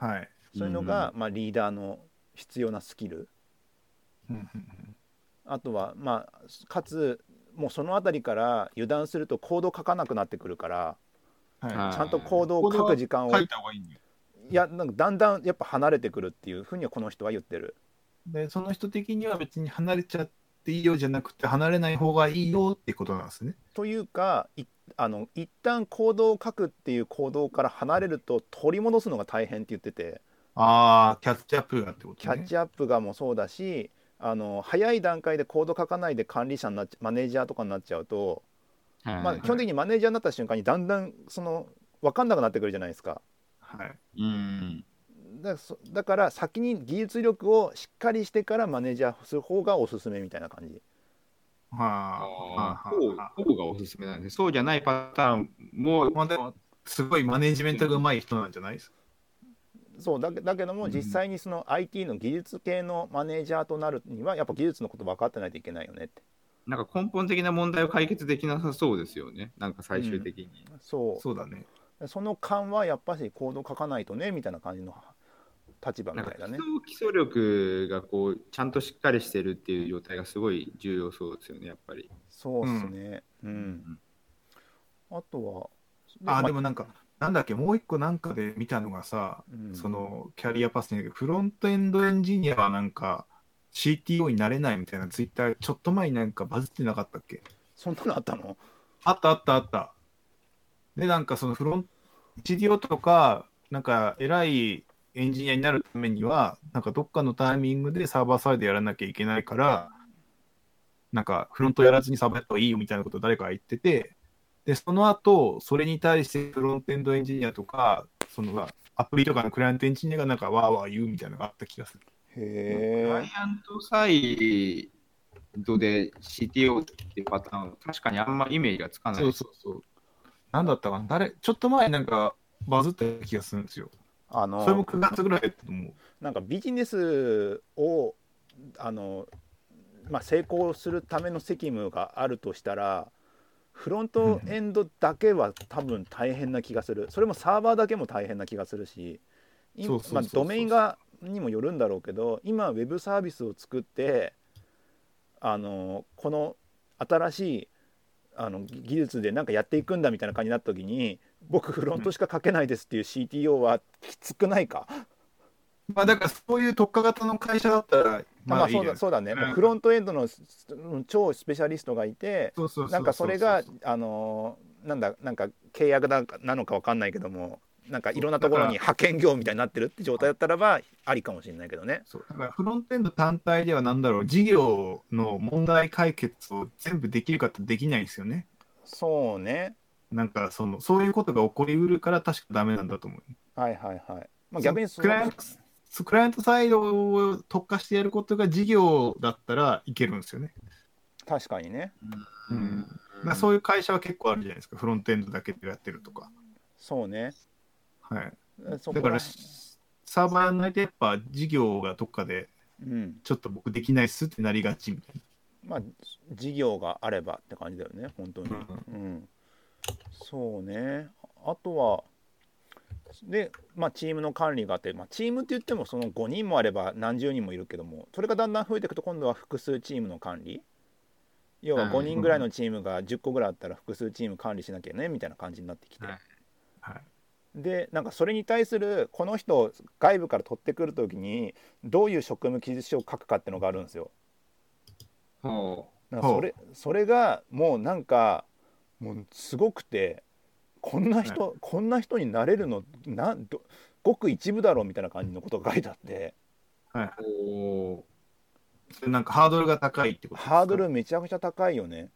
Speaker 2: はい。
Speaker 1: そういうのが、まあ、リーダーの必要なスキル
Speaker 2: うん
Speaker 1: あとはまあかつもうその辺りから油断するとコード書かなくなってくるから。
Speaker 2: うん
Speaker 3: は
Speaker 2: は
Speaker 1: ちゃんと行動を書く時間
Speaker 2: い。
Speaker 1: を
Speaker 2: 書
Speaker 1: い
Speaker 2: いた方がいいんだよ。
Speaker 1: やなんかだんだんやっぱ離れてくるっていうふうにはこの人は言ってる
Speaker 2: で、その人的には別に離れちゃっていいよじゃなくて、離れない方がいいよってことなんですね。
Speaker 1: というかいあの一旦行動を書くっていう行動から離れると取り戻すのが大変って言ってて
Speaker 2: ああ、キャッチアップがってことね。
Speaker 1: キャッチアップがもうそうだしあの早い段階でコード書かないで管理者になっちゃマネージャーとかになっちゃうと、
Speaker 3: はい
Speaker 1: まあ、基本的にマネージャーになった瞬間にだんだんその分かんなくなってくるじゃないですか。
Speaker 2: はい。
Speaker 3: うん。
Speaker 1: だからそだから先に技術力をしっかりしてからマネージャーする方がおすすめみたいな感じ
Speaker 2: はあ。はあ
Speaker 3: あーそう
Speaker 2: はあ
Speaker 3: そうがおすすめなんで、そうじゃないパターンも、
Speaker 2: まあでも、すごいマネジメントがうまい人なんじゃないですか。
Speaker 1: そうだけだけども
Speaker 2: うん
Speaker 1: 実際にその IT の技術系のマネージャーとなるにはやっぱ技術のこと分かってないといけないよねって
Speaker 3: なんか根本的な問題を解決できなさそうですよね、なんか最終的に。
Speaker 1: そう
Speaker 2: そうだね。
Speaker 1: その勘はやっぱしコード書かないとねみたいな感じの立場み
Speaker 3: なん
Speaker 1: た
Speaker 3: か
Speaker 1: い
Speaker 3: 基
Speaker 1: だね
Speaker 3: 礎基礎力がこうちゃんとしっかりしてるっていう状態がすごい重要そうですよね、やっぱり。
Speaker 1: そうっすねうん、
Speaker 3: うん
Speaker 1: あとは
Speaker 2: ああ、で
Speaker 1: も、
Speaker 2: もなんか、なんだっけ、もう一個なんかで見たのがさ、
Speaker 1: うん
Speaker 2: そのキャリアパスにフロントエンドエンジニアはなんか CTO になれないみたいなツイッターちょっと前になんかバズってなかったっけ
Speaker 1: そんなのあったの
Speaker 2: あったあったあった。で、なんかそのフロン CTO とか、なんか偉いエンジニアになるためには、なんかどっかのタイミングでサーバーサイドやらなきゃいけないから、なんかフロントやらずにサーバーやった方がいいよみたいなことを誰かが言ってて、で、その後、それに対してフロントエンドエンジニアとか、そのアプリとかのクライアントエンジニアがなんかわーわー言うみたいなのがあった気がする。
Speaker 3: クラ
Speaker 1: へ
Speaker 3: イアントサイドで CTO っていうパターンは確かにあんまイメージがつかない。
Speaker 2: そうそうそう。なんだったかな誰、ちょっと前なんかバズった気がするんですよ。
Speaker 1: あ
Speaker 2: それも
Speaker 1: の
Speaker 2: 9月ぐらいだと思う。
Speaker 1: なんかビジネスをあの、まあ、成功するための責務があるとしたらフロントエンドだけは多分大変な気がするそれもサーバーだけも大変な気がするしい
Speaker 2: そうそうそう
Speaker 1: まあ
Speaker 2: そう
Speaker 1: ドメインがにもよるんだろうけど今ウェブサービスを作ってあのこの新しいあのぎ技術で何かやっていくんだみたいな感じになった時に僕フロントしか書けないですっていう CTO はきつくないか、
Speaker 2: まあだからそういう特化型の会社だったら、
Speaker 1: まあ、
Speaker 2: まあいい
Speaker 1: そう
Speaker 2: で
Speaker 1: だ
Speaker 2: す。
Speaker 1: そうだね、もう
Speaker 2: うん
Speaker 1: フロントエンドのうん超スペシャリストがいて
Speaker 2: そうそううう
Speaker 1: なんかそれがあのなんだなんか契約なんかなのかわかんないけどもなんかいろんなところに派遣業みたいになってるって状態だったらばありかもしれないけどね。
Speaker 2: そうだからフロントエンド単体ではなんだろう、事業の問題解決を全部できるかってできないですよね。
Speaker 1: そうね
Speaker 2: なんかその、そういうことが起こりうるから確かダメなんだと思う。
Speaker 1: はいはいはい。まあ、逆に
Speaker 2: そ
Speaker 1: そ
Speaker 2: の
Speaker 1: う
Speaker 2: クライアントそうクライアントサイドを特化してやることが事業だったらいけるんですよね。
Speaker 1: 確かにね
Speaker 2: うんまあ、そういう会社は結構あるじゃないですか、フロントエンドだけでやってるとか。
Speaker 1: そうね。
Speaker 2: はい、
Speaker 1: そこ
Speaker 2: だ
Speaker 1: は
Speaker 2: から、しサーバーやんないとやっぱ事業がどっかで
Speaker 1: うん、
Speaker 2: ちょっと僕できないっすってなりがちみたい
Speaker 1: まあ事業があればって感じだよね本当に。
Speaker 2: な。
Speaker 1: うん、そうねあとはで、まあ、チームの管理があって、まあ、チームって言ってもその5人もあれば何十人もいるけどもそれがだんだん増えていくと今度は複数チームの管理要は
Speaker 3: はい
Speaker 1: 5人ぐらいのチームが10個ぐらいあったら複数チーム管理しなきゃねみたいな感じになってきて、
Speaker 3: はい
Speaker 2: はい
Speaker 1: でなんかそれに対するこの人を外部から取ってくる時にどういう職務記述書を書くかってのがあるんですよ。
Speaker 3: ほ
Speaker 1: なんかそれそれがもうなんかもうすごくてこんな人、こんな人になれるのなんどごく一部だろうみたいな感じのことが書いてあって
Speaker 2: は
Speaker 3: うほ
Speaker 2: い、それなんかハードルが高いってことですか
Speaker 1: ハードルめちゃくちゃ高いよね。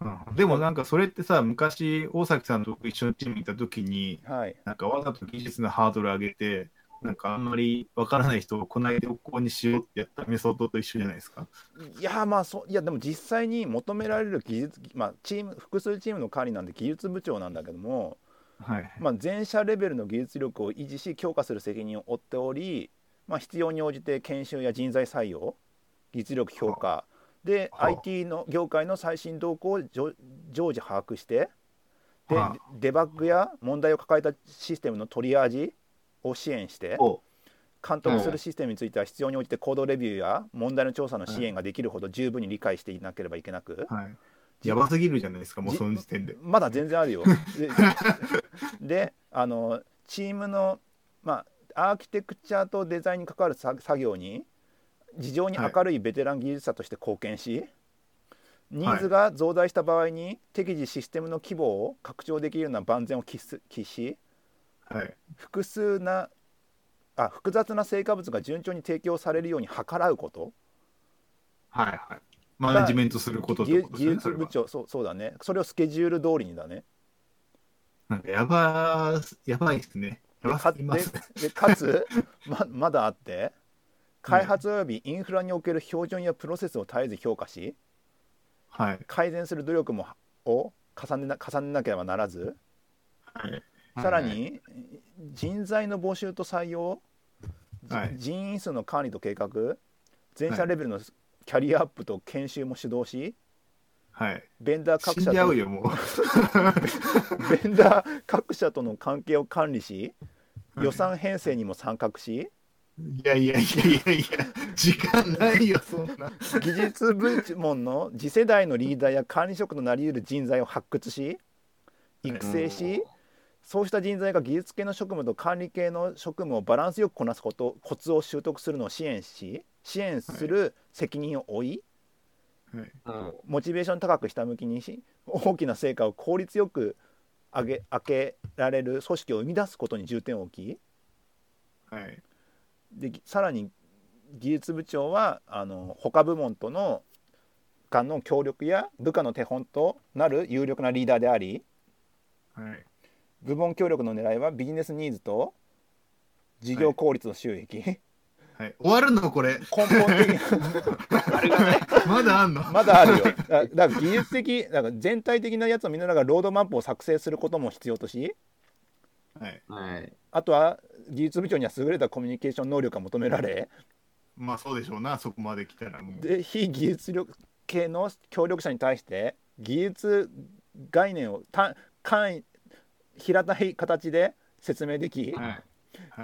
Speaker 2: うんでもなんかそれってさ昔大崎さんと僕一緒にチームにいた時に
Speaker 1: はい、
Speaker 2: なんかわざと技術のハードル上げてなんかあんまりわからない人をこないでおこうにしようってやったメソッドと一緒じゃないですか。
Speaker 1: いやまあそういやでも実際に求められる技術、まあ、チーム複数チームの管理なんで技術部長なんだけども、
Speaker 2: はい
Speaker 1: まあ、全社レベルの技術力を維持し強化する責任を負っており、まあ、必要に応じて研修や人材採用技術力評価で
Speaker 2: はあ
Speaker 1: IT の業界の最新動向をじょ常時把握してで
Speaker 2: はあ
Speaker 1: デバッグや問題を抱えたシステムのトリアージを支援して
Speaker 2: お
Speaker 1: 監督するシステムについては必要に応じて行動レビューや問題の調査の支援ができるほど十分に理解していなければいけなく、
Speaker 2: はい、やばすぎるじゃないですかもうその時点で。
Speaker 1: まだ全然あるよ。で であのチームの、まあ、アーキテクチャとデザインに関わる作作業に事情に明るいベテラン技術者として貢献し、ニーズが増大した場合に適時システムの規模を拡張できるような万全を期す期し
Speaker 2: はい、
Speaker 1: 複数なあ複雑な成果物が順調に提供されるように計らうこと。
Speaker 2: はい、はい。マネジメントすることって
Speaker 1: 技
Speaker 2: こと
Speaker 1: 技
Speaker 2: です
Speaker 1: 術
Speaker 2: ね
Speaker 1: 部。長そうそうだねそれをスケジュール通りにだね
Speaker 2: なんかやばー、やばいですね。やば
Speaker 1: か
Speaker 2: す
Speaker 1: で
Speaker 2: ぎますね。
Speaker 1: でかつままだあって開発及びインフラにおける標準やプロセスを絶えず評価し
Speaker 2: はい。
Speaker 1: 改善する努力もを重ねな重ねなければならず
Speaker 2: はい。
Speaker 3: う
Speaker 1: さらに人材の募集と採用、じ
Speaker 2: はい
Speaker 1: 人員数の管理と計画全
Speaker 2: は
Speaker 1: 社
Speaker 2: い
Speaker 1: レベルのキャリアアップと研修も主導し
Speaker 2: はい。
Speaker 1: ベンダー
Speaker 2: 死
Speaker 1: 各
Speaker 2: ん
Speaker 1: 社
Speaker 2: じゃ
Speaker 1: と
Speaker 2: うよ、もう。
Speaker 1: ベンダー各社との関係を管理し予算編成にも参画し
Speaker 2: いやいやいやいやい や、時間ないよ、そんな。
Speaker 1: 技術部門の次世代のリーダーや管理職となり得る人材を発掘し育成しそうした人材が技術系の職務と管理系の職務をバランスよくこなすことコツを習得するのを支援し支援する責任を負い
Speaker 2: はい、
Speaker 3: うん
Speaker 1: モチベーション高くひたむきにし大きな成果を効率よく上げ上げられる組織を生み出すことに重点を置き
Speaker 2: はい、
Speaker 1: でぎさらに技術部長はあの他部門との間の協力や部下の手本となる有力なリーダーであり
Speaker 2: はい。
Speaker 1: 部門協力の狙いはビジネスニーズと事業効率の収益、
Speaker 2: はい、終わるのこれ。
Speaker 1: 根本的に
Speaker 2: まだあんの
Speaker 1: まだあるよだだから技術的だから全体的なやつを見ながらロードマップを作成することも必要とし
Speaker 2: はい。
Speaker 3: はい
Speaker 1: あとは技術部長には優れたコミュニケーション能力が求められ
Speaker 2: まあそうでしょうな、そこまで来たらもう。
Speaker 1: で非技術力系の協力者に対して技術概念を単簡易平たい形で説明でき
Speaker 3: はい
Speaker 2: はい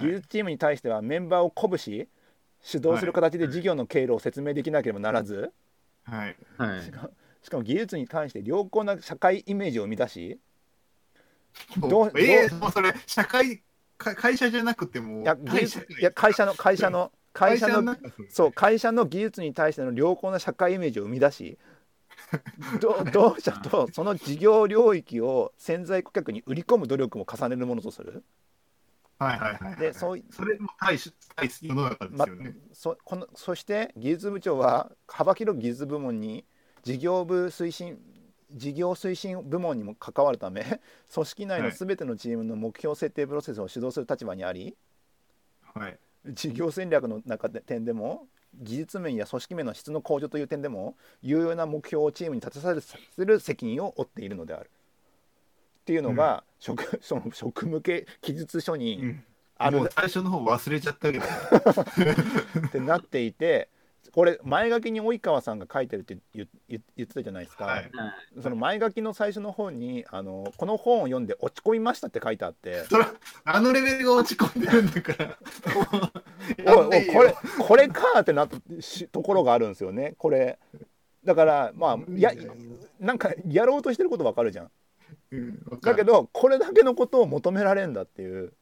Speaker 1: 技術チームに対してはメンバーを鼓舞し主導する形で事業の経路を説明できなければならず、
Speaker 2: はい
Speaker 3: はい
Speaker 1: し。かしかも技術に関して良好な社会イメージを生み出しどう
Speaker 2: え
Speaker 1: ど
Speaker 2: ー、もうそれ社会か会社じゃなくても
Speaker 1: いや
Speaker 2: う
Speaker 1: 技
Speaker 2: 対社
Speaker 1: 術
Speaker 2: 会
Speaker 1: いや会社の会社の会社の
Speaker 2: の中で
Speaker 1: そう会社の技術に対しての良好な社会イメージを生み出 しど同社とその事業領域を潜在顧客に売り込む努力も重ねるものとする
Speaker 2: はいはいはいはい
Speaker 1: でそうい
Speaker 2: それも対し対世の中ですよね、
Speaker 1: そこのそして技術部長は幅広い技術部門に事業部推進事業推進部門にも関わるため組織内の
Speaker 2: はい
Speaker 1: すべてのチームの目標設定プロセスを主導する立場にあり、
Speaker 2: はい
Speaker 1: 事業戦略の中で点でも技術面や組織面の質の向上という点でも有用な目標をチームに立たさせる責任を負っているのであるっていうのが、職 その職務系記述書
Speaker 2: う
Speaker 1: に
Speaker 2: ん
Speaker 1: ある
Speaker 2: もう最初の方忘れちゃったけど
Speaker 1: ってなっていて、これ前書きに及川さんが書いてるって言言言ってたじゃないですか、
Speaker 2: はい
Speaker 1: その前書きの最初の方にあの「この本を読んで落ち込みました」って書いてあって
Speaker 2: それあのレベルが落ち込んでるんだから
Speaker 1: 「
Speaker 2: もう
Speaker 1: おいおいこれこれか!」ってなったしところがあるんですよねこれ。だからまあやなんかやろうとしてることわかるじゃんだ
Speaker 2: だ
Speaker 1: け
Speaker 2: けど
Speaker 1: どこれだけのことを求められるんだっていう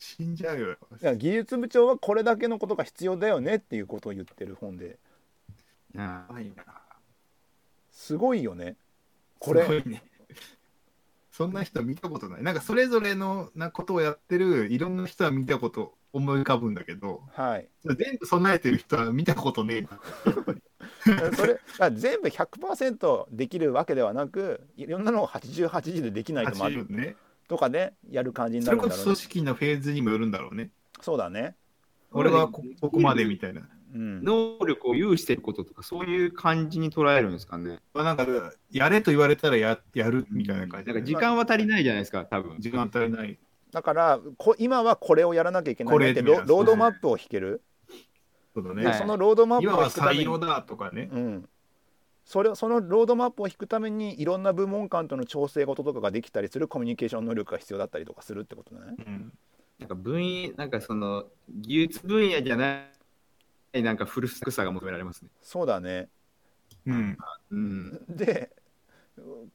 Speaker 2: 死んじゃうよ
Speaker 1: だから技術部長はこれだけのことが必要だよねっていうことを言ってる本で
Speaker 3: あ
Speaker 2: やばいな
Speaker 1: すごいよねこれ
Speaker 2: すごいねそんな人見たことないなんかそれぞれのなことをやってるいろんな人は見たこと思い浮かぶんだけど
Speaker 1: はい
Speaker 2: 全部備えてる人は見たことねえな
Speaker 1: それだから全部100%できるわけではなくいろんなのを8080でできないともある
Speaker 2: 80ね
Speaker 1: とかねやる感じに
Speaker 2: そ
Speaker 1: な
Speaker 2: れ
Speaker 1: るん
Speaker 2: こ
Speaker 1: だろ
Speaker 2: そう
Speaker 1: ね
Speaker 2: 組織のフェーズにもよるんだろうね
Speaker 1: そうだね
Speaker 2: 俺はこここまでみたいな
Speaker 1: うん
Speaker 3: 能力を有していることとか、そういう感じに捉えるんですかね。
Speaker 2: まあなんかやれと言われたらややるみたいな
Speaker 3: なん
Speaker 2: 感じ
Speaker 3: か時間は足りないじゃないですか、多分
Speaker 2: 時間足りない
Speaker 1: だからこ今はこれをやらなきゃいけないなって
Speaker 2: これ
Speaker 1: ロロードマップを引ける、
Speaker 2: そうだ
Speaker 1: で
Speaker 2: ね、
Speaker 3: はい
Speaker 1: そのロードマップ
Speaker 2: 今
Speaker 1: を
Speaker 2: は
Speaker 1: 引くため
Speaker 2: 採
Speaker 1: に
Speaker 2: 用だとかね
Speaker 1: うん、それをそのロードマップを引くためにいろんな部門間との調整事とかができたりするコミュニケーション能力が必要だったりとかするってことだね。
Speaker 2: うん
Speaker 3: なんか分野、なんかその、技術分野じゃない、なんか古臭さが求められますね。
Speaker 1: そうだね
Speaker 2: うん
Speaker 3: うん。
Speaker 1: で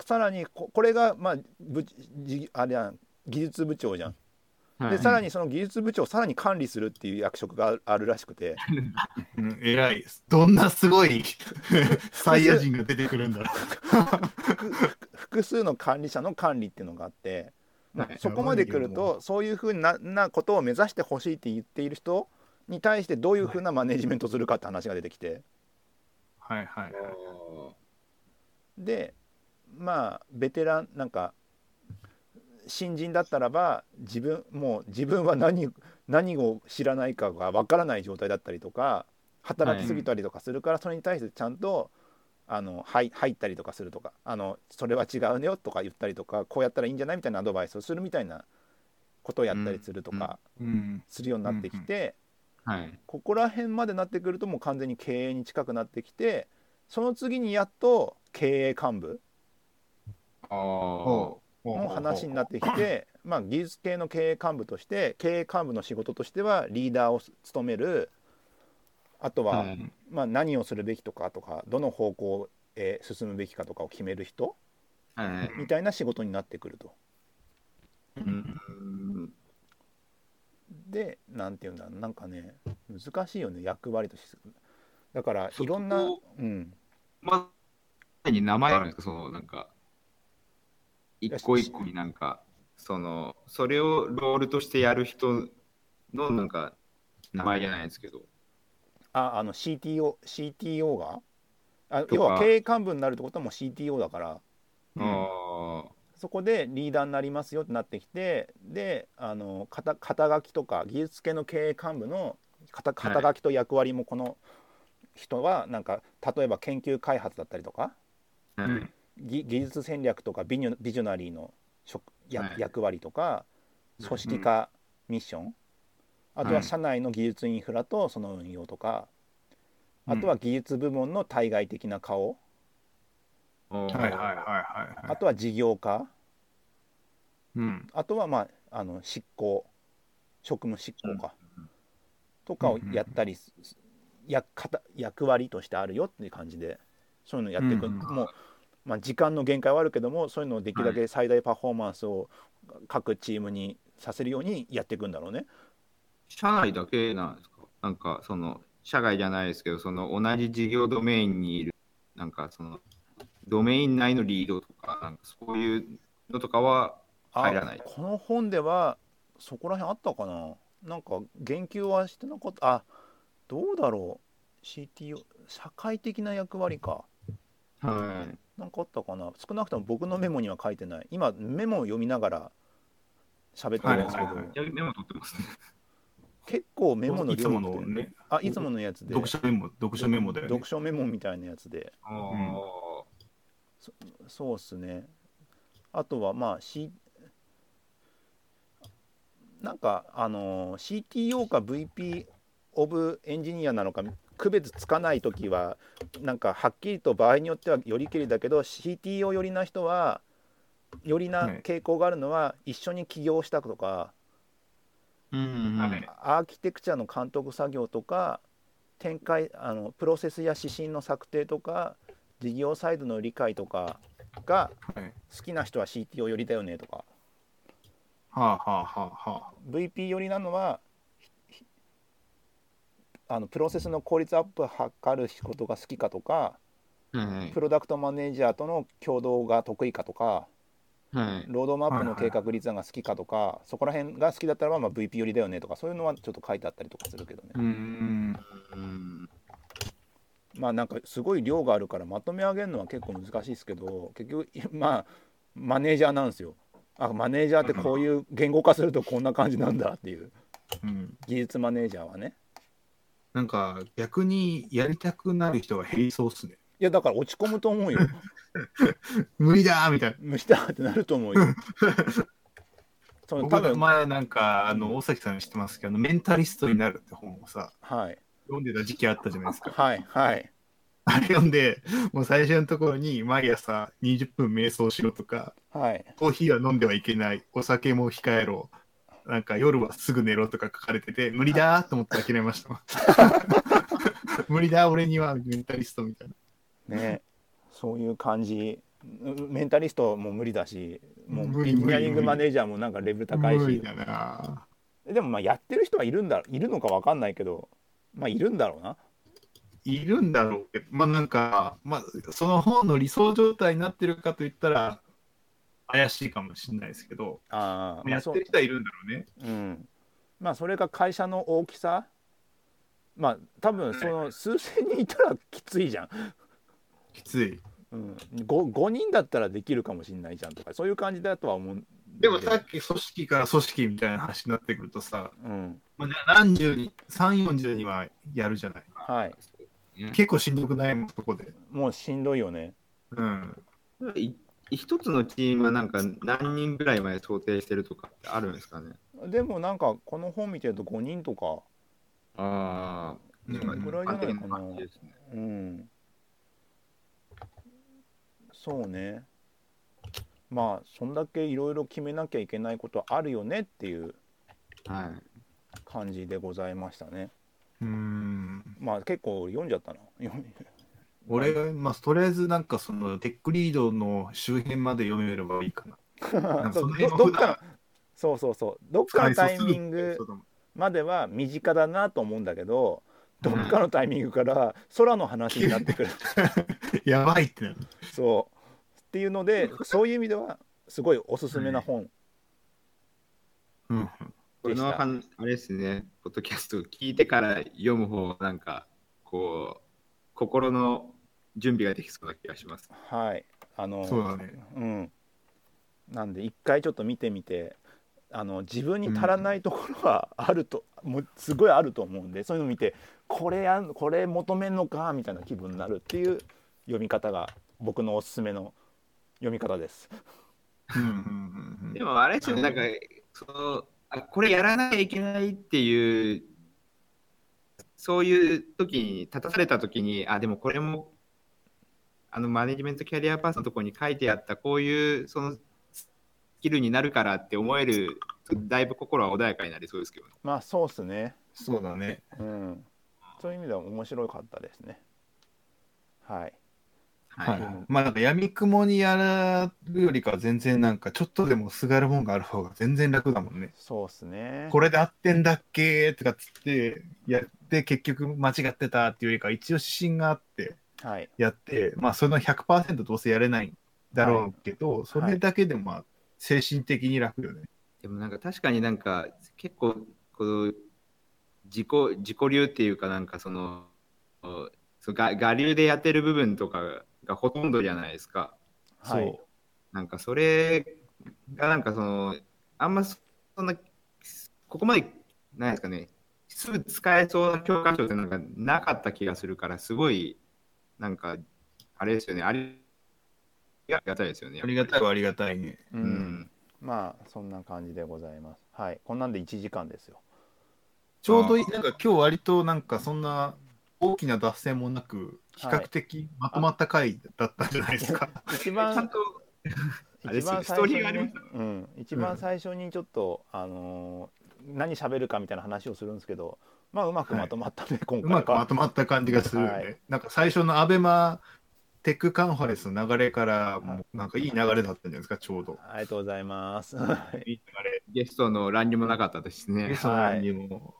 Speaker 1: さらにここれが、まあ、ぶじあれやん技術部長じゃん。
Speaker 3: はい
Speaker 1: でさらにその技術部長をさらに管理するっていう役職があるあるらしくて
Speaker 2: うん、偉いです。どんなすごいサイヤ人が出てくるんだろ
Speaker 1: 複数の管理者の管理っていうのがあって、まあ
Speaker 3: はい
Speaker 1: そこまで来る
Speaker 2: やばい
Speaker 1: とそういうふうななことを目指してほしいって言っている人に対してどういうふうなマネジメントするかって話が出てきて。
Speaker 2: う。はいはいはい。
Speaker 1: でまあベテランなんか新人だったらば自分もう自分は何何を知らないかがわからない状態だったりとか働きすぎたりとかするから、それに対してちゃんとあのはい入ったりとかするとかあのそれは違うねよとか言ったりとかこうやったらいいんじゃないみたいなアドバイスをするみたいなことをやったりすると
Speaker 3: うんう
Speaker 1: か
Speaker 2: うん。
Speaker 1: するようになってきて、
Speaker 3: はい。
Speaker 1: ここら辺までなってくるともう完全に経営に近くなってきてその次にやっと経営幹部、
Speaker 3: ああ。
Speaker 2: ほうほうほう
Speaker 1: の話になってきて、まあ、技術系の経営幹部として経営幹部の仕事としてはリーダーを務めるあとは、
Speaker 3: い。
Speaker 1: まあ、何をするべきとかとかどの方向へ進むべきかとかを決める人
Speaker 3: はい。
Speaker 1: みたいな仕事になってくると。
Speaker 3: うん。
Speaker 1: で何て言うんだろうなんかね難しいよね役割として。だから
Speaker 3: そ
Speaker 1: いろんな
Speaker 3: こ、
Speaker 1: うん、
Speaker 3: まさに名前あるんですか、その、なんか、一個一個になんか、その、それをロールとしてやる人の、なんか、名前じゃないですけど。
Speaker 1: ああの CTO, CTO があ
Speaker 3: か
Speaker 1: 要は経営幹部になるってことはもう CTO だから。
Speaker 2: うん
Speaker 3: あ
Speaker 1: そこでリーダーになりますよってなってきてであの肩肩書きとか技術系の経営幹部の肩肩書きと役割もこの人はなんか例えば研究開発だったりとか
Speaker 3: あ。
Speaker 2: う
Speaker 3: はい
Speaker 2: ん。
Speaker 1: 技技術戦略とかビニュビジョナリーの職や、
Speaker 3: はい
Speaker 1: 役割とか組織化ミッション、あと
Speaker 3: は
Speaker 1: はい社内の技術インフラとその運用とか、
Speaker 2: うん
Speaker 1: あとは技術部門の対外的な顔、
Speaker 3: はい
Speaker 2: はいはいはいはい。
Speaker 1: あとは事業化
Speaker 2: うん。
Speaker 1: あとはまああの執行職務執行か、とかをやったりす、やかた役割としてあるよっていう感じでそういうのやっていく、
Speaker 2: うん
Speaker 1: もう、まあ、時間の限界はあるけどもそういうのをできるだけ最大パフォーマンスを各チームにさせるようにやっていくんだろうね。
Speaker 3: 社内だけなんですかなんかその社外じゃないですけどその同じ事業ドメインにいるなんかそのドメイン内のリードとかなんかそういうのとかは
Speaker 1: あ
Speaker 3: 入らない
Speaker 1: この本ではそこら辺あったかななんか言及はしてなかったあどうだろう CTO 社会的な役割か
Speaker 3: はい
Speaker 1: なんかあったかな少なくとも僕のメモには書いてない今メモを読みながら喋ってるんですけど、
Speaker 2: はいはいはい
Speaker 3: いやメモ取ってますね
Speaker 1: 結構メモの
Speaker 2: いつ
Speaker 1: 量
Speaker 2: も
Speaker 1: って
Speaker 2: のね、
Speaker 1: あいつものやつで
Speaker 2: 読書メモ、読書メモだよね
Speaker 1: 読。書メモみたいなやつで
Speaker 3: あー
Speaker 2: うん
Speaker 1: そうっすねあとはまあ、C、なんかあのー CTO か VP オブエンジニアなのか区別つかない時はなんかはっきりと場合によってはよりきりだけど CTO 寄りな人はよりな
Speaker 2: はい
Speaker 1: 傾向があるのは一緒に起業したとか、
Speaker 3: うん
Speaker 2: は
Speaker 3: はいい
Speaker 1: アーキテクチャの監督作業とか展開あのプロセスや指針の策定とか事業サイドの理解とかが
Speaker 2: はい。
Speaker 1: 好きな人は CTO 寄りだよねとか
Speaker 2: はあはあはあはあ。
Speaker 1: VP 寄りなのはひひあのプロセスの効率アップを図る仕事が好きかとか
Speaker 3: はい
Speaker 1: プロダクトマネージャーとの共同が得意かとか
Speaker 3: はい
Speaker 1: ロードマップの計画立案が好きかとかそこら辺が好きだったらばまあ VP 寄りだよねとかそういうのはちょっと書いてあったりとかするけどね。
Speaker 2: うーん。
Speaker 3: うん
Speaker 1: まあなんかすごい量があるからまとめ上げるのは結構難しいですけど結局 いまあマネージャーなんですよあマネージャーってこういう言語化するとこんな感じなんだっていう
Speaker 2: うん。
Speaker 1: 技術マネージャーはね
Speaker 2: なんか、逆にやりたくなる人が減りそうっすね。
Speaker 1: いやだから落ち込むと思うよ
Speaker 2: 無理だーみたいな。
Speaker 1: 虫だってなると思 うよその多
Speaker 2: 僕
Speaker 1: 分、
Speaker 2: 前なんか、あの、大崎さん知ってますけど、メンタリストになるって本をさ、
Speaker 1: はい
Speaker 2: 読んでた時期あったじゃないですか。
Speaker 1: はいはい
Speaker 2: あれ読んで、もう最初のところに、毎朝20分瞑想しろとか、
Speaker 1: はい
Speaker 2: コーヒーは飲んではいけない、お酒も控えろ、なんか夜はすぐ寝ろとか書かれてて、無理だーと思って諦めました。 無理だ、俺にはメンタリストみたいな。
Speaker 1: ねそういう感じうメンタリストも無理だしも
Speaker 2: 無
Speaker 1: う
Speaker 2: 理
Speaker 1: エンジニアリン
Speaker 2: 無
Speaker 1: グ
Speaker 2: 理
Speaker 1: マネージャーもなんかレベル高い
Speaker 2: 無
Speaker 1: し
Speaker 2: 理だな
Speaker 1: でもまあやってる人はいるんだいるのかわかんないけどまあいるんだろうな
Speaker 2: ー。いるんだろうけど、まあなんか、まあその本の理想状態になってるかといったら、怪しいかもしれないですけど、
Speaker 1: あーま
Speaker 2: や
Speaker 1: あ
Speaker 2: っ
Speaker 1: そ
Speaker 2: て
Speaker 1: う
Speaker 2: る人はいるんだろうね。
Speaker 1: うんまあそれが会社の大きさまあ多分その数千人いたらきついじゃん、
Speaker 2: きつい。
Speaker 1: うん、5, 5人だったらできるかもしれないじゃんとかそういう感じだとは思うん
Speaker 2: でもさっき組織から組織みたいな話になってくるとさ、
Speaker 1: うん
Speaker 2: まあ、何十に、3、40にはやるじゃない。
Speaker 1: はい
Speaker 2: 結構しんどくないもん、そこで。
Speaker 1: もうしんどいよね
Speaker 2: うん。
Speaker 3: い一つのチームはなんか何人ぐらいまで想定してるとかってあるんですかね
Speaker 1: でもなんかこの本見てると5人とか
Speaker 3: ああ、
Speaker 2: うん
Speaker 1: ぐらいじゃないかな
Speaker 3: ですね。
Speaker 1: うんそうねまあそんだけいろいろ決めなきゃいけないことあるよねっていう
Speaker 3: はい。
Speaker 1: 感じでございましたね
Speaker 2: うん。
Speaker 1: まあ結構読んじゃったな読み
Speaker 2: 俺が、まあ、とりあえずなんかその、テックリードの周辺まで読めればいいかな。なんか
Speaker 1: そ
Speaker 2: そうの辺
Speaker 1: ど
Speaker 2: も
Speaker 1: どっ
Speaker 2: 普
Speaker 1: かの
Speaker 2: 段
Speaker 1: そうそうそうどっかのタイミングまでは身近だなと思うんだけどどっかのタイミングから空の話になってくる
Speaker 2: やばいってなる。
Speaker 1: そうっていうのでそういう意味ではすごいおすすめな本
Speaker 2: うん。
Speaker 3: このはんあれですね、ポッドキャスト聞いてから読む方、なんか、こう、心の準備ができそうな気がします。
Speaker 1: はいあの
Speaker 2: そうだね。
Speaker 1: うんなんで一回ちょっと見てみてあの自分に足らないところはあると、もうすごいあると思うんでそういうの見てこれやんこれ求めんのかみたいな気分になるっていう読み方が僕のおすすめの読み方です。
Speaker 2: うんうんうんうん
Speaker 3: でも、あれですよね、なんか、そのあ、これやらなきゃいけないっていう、そういう時に、立たされた時に、あ、でもこれも、あの、マネジメントキャリアパスのところに書いてあった、こういう、その、スキルになるからって思えるだいぶ心は穏やかになりそうですけどね。
Speaker 1: まあそうっすね。
Speaker 2: そうだね。
Speaker 1: うん。そういう意味では面白かったですね。はい。
Speaker 2: は
Speaker 3: はいい。
Speaker 2: まあなんか闇雲にやるよりかは全然なんかちょっとでもすがるもんがある方が全然楽だもんね。
Speaker 1: そうっすね。
Speaker 2: これで合ってんだっけとかっつってやって結局間違ってたっていうよりかは一応指針があって
Speaker 1: はい。
Speaker 2: やってまあその100%どうせやれないんだろうけど、それだけでもまあ精神的に楽よね。
Speaker 3: でもなんか確かになんか結構この自己自己流っていうかなんかそのそのが我流でやってる部分とかがほとんどじゃないですか。
Speaker 1: はい。
Speaker 3: なんかそれがなんかそのあんまそんなここまでないですかねすぐ使えそうな教科書ってなんかなかった気がするからすごいなんかあれですよねありありがたいですよね。
Speaker 2: ありがたいはありがたいね。
Speaker 1: う。
Speaker 3: うんん、
Speaker 1: まあそんな感じでございます。はい。こんなんで1時間ですよ。
Speaker 2: ちょうどいいなんか今日割となんかそんな大きな脱線もなく比較的まとまった回だったんじゃないですか。
Speaker 1: 一
Speaker 3: ちゃ
Speaker 1: 番
Speaker 3: んとあれ
Speaker 1: 一
Speaker 3: ですよ
Speaker 1: 番最初
Speaker 3: ねストーリーがあ
Speaker 1: に、
Speaker 3: りま
Speaker 1: ね
Speaker 3: す
Speaker 1: うん、一番最初にちょっと、あのー何喋るかみたいな話をするんですけど、まあうまくまとまったね、今
Speaker 2: う
Speaker 1: 回は。
Speaker 2: まくまとまった感じがするよね。
Speaker 1: はい
Speaker 2: なんか最初のアベマテックカンファレンスの流れから、もうなんかいい流れだったんじゃないですか、ちょうど。
Speaker 1: ありがとうございます。はい
Speaker 2: いい
Speaker 3: ゲストの乱にもなかったです
Speaker 2: 流れ。
Speaker 3: ね。
Speaker 2: そのにも。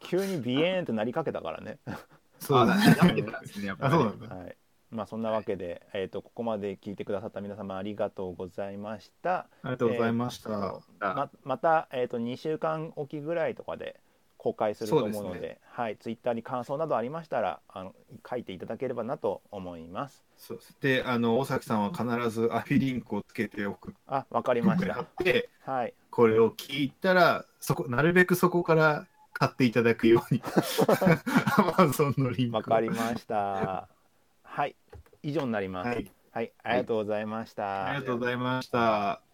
Speaker 1: 急にビエーンってなりかけたからね。
Speaker 2: そうだ
Speaker 3: あ
Speaker 2: ね。
Speaker 3: なってたんですねやっぱ
Speaker 2: あ、
Speaker 3: り
Speaker 2: そうなんだ。
Speaker 1: はい。まあそんなわけで、えっ、とここまで聞いてくださった皆様ありがとうございました。
Speaker 2: ありがとうございました。
Speaker 1: ままた、えー、と2週間おきぐらいとかで公開すると思うの
Speaker 2: そう
Speaker 1: で
Speaker 2: です
Speaker 1: はい、ツイッターに感想などありましたらあの書いていただければなと思います。
Speaker 2: そうですで、あの、大崎さんは必ずアフィリンクをつけておく
Speaker 1: あわかりまし
Speaker 2: であ
Speaker 1: た
Speaker 2: っ。て、
Speaker 1: はい、
Speaker 2: これを聞いたら、そこ、なるべくそこから買っていただくよ うに。Amazon のリンクを。
Speaker 1: わかりました。はい、以上になります。
Speaker 2: は
Speaker 1: はいい、ありがとうございました。
Speaker 2: ありがとうございました。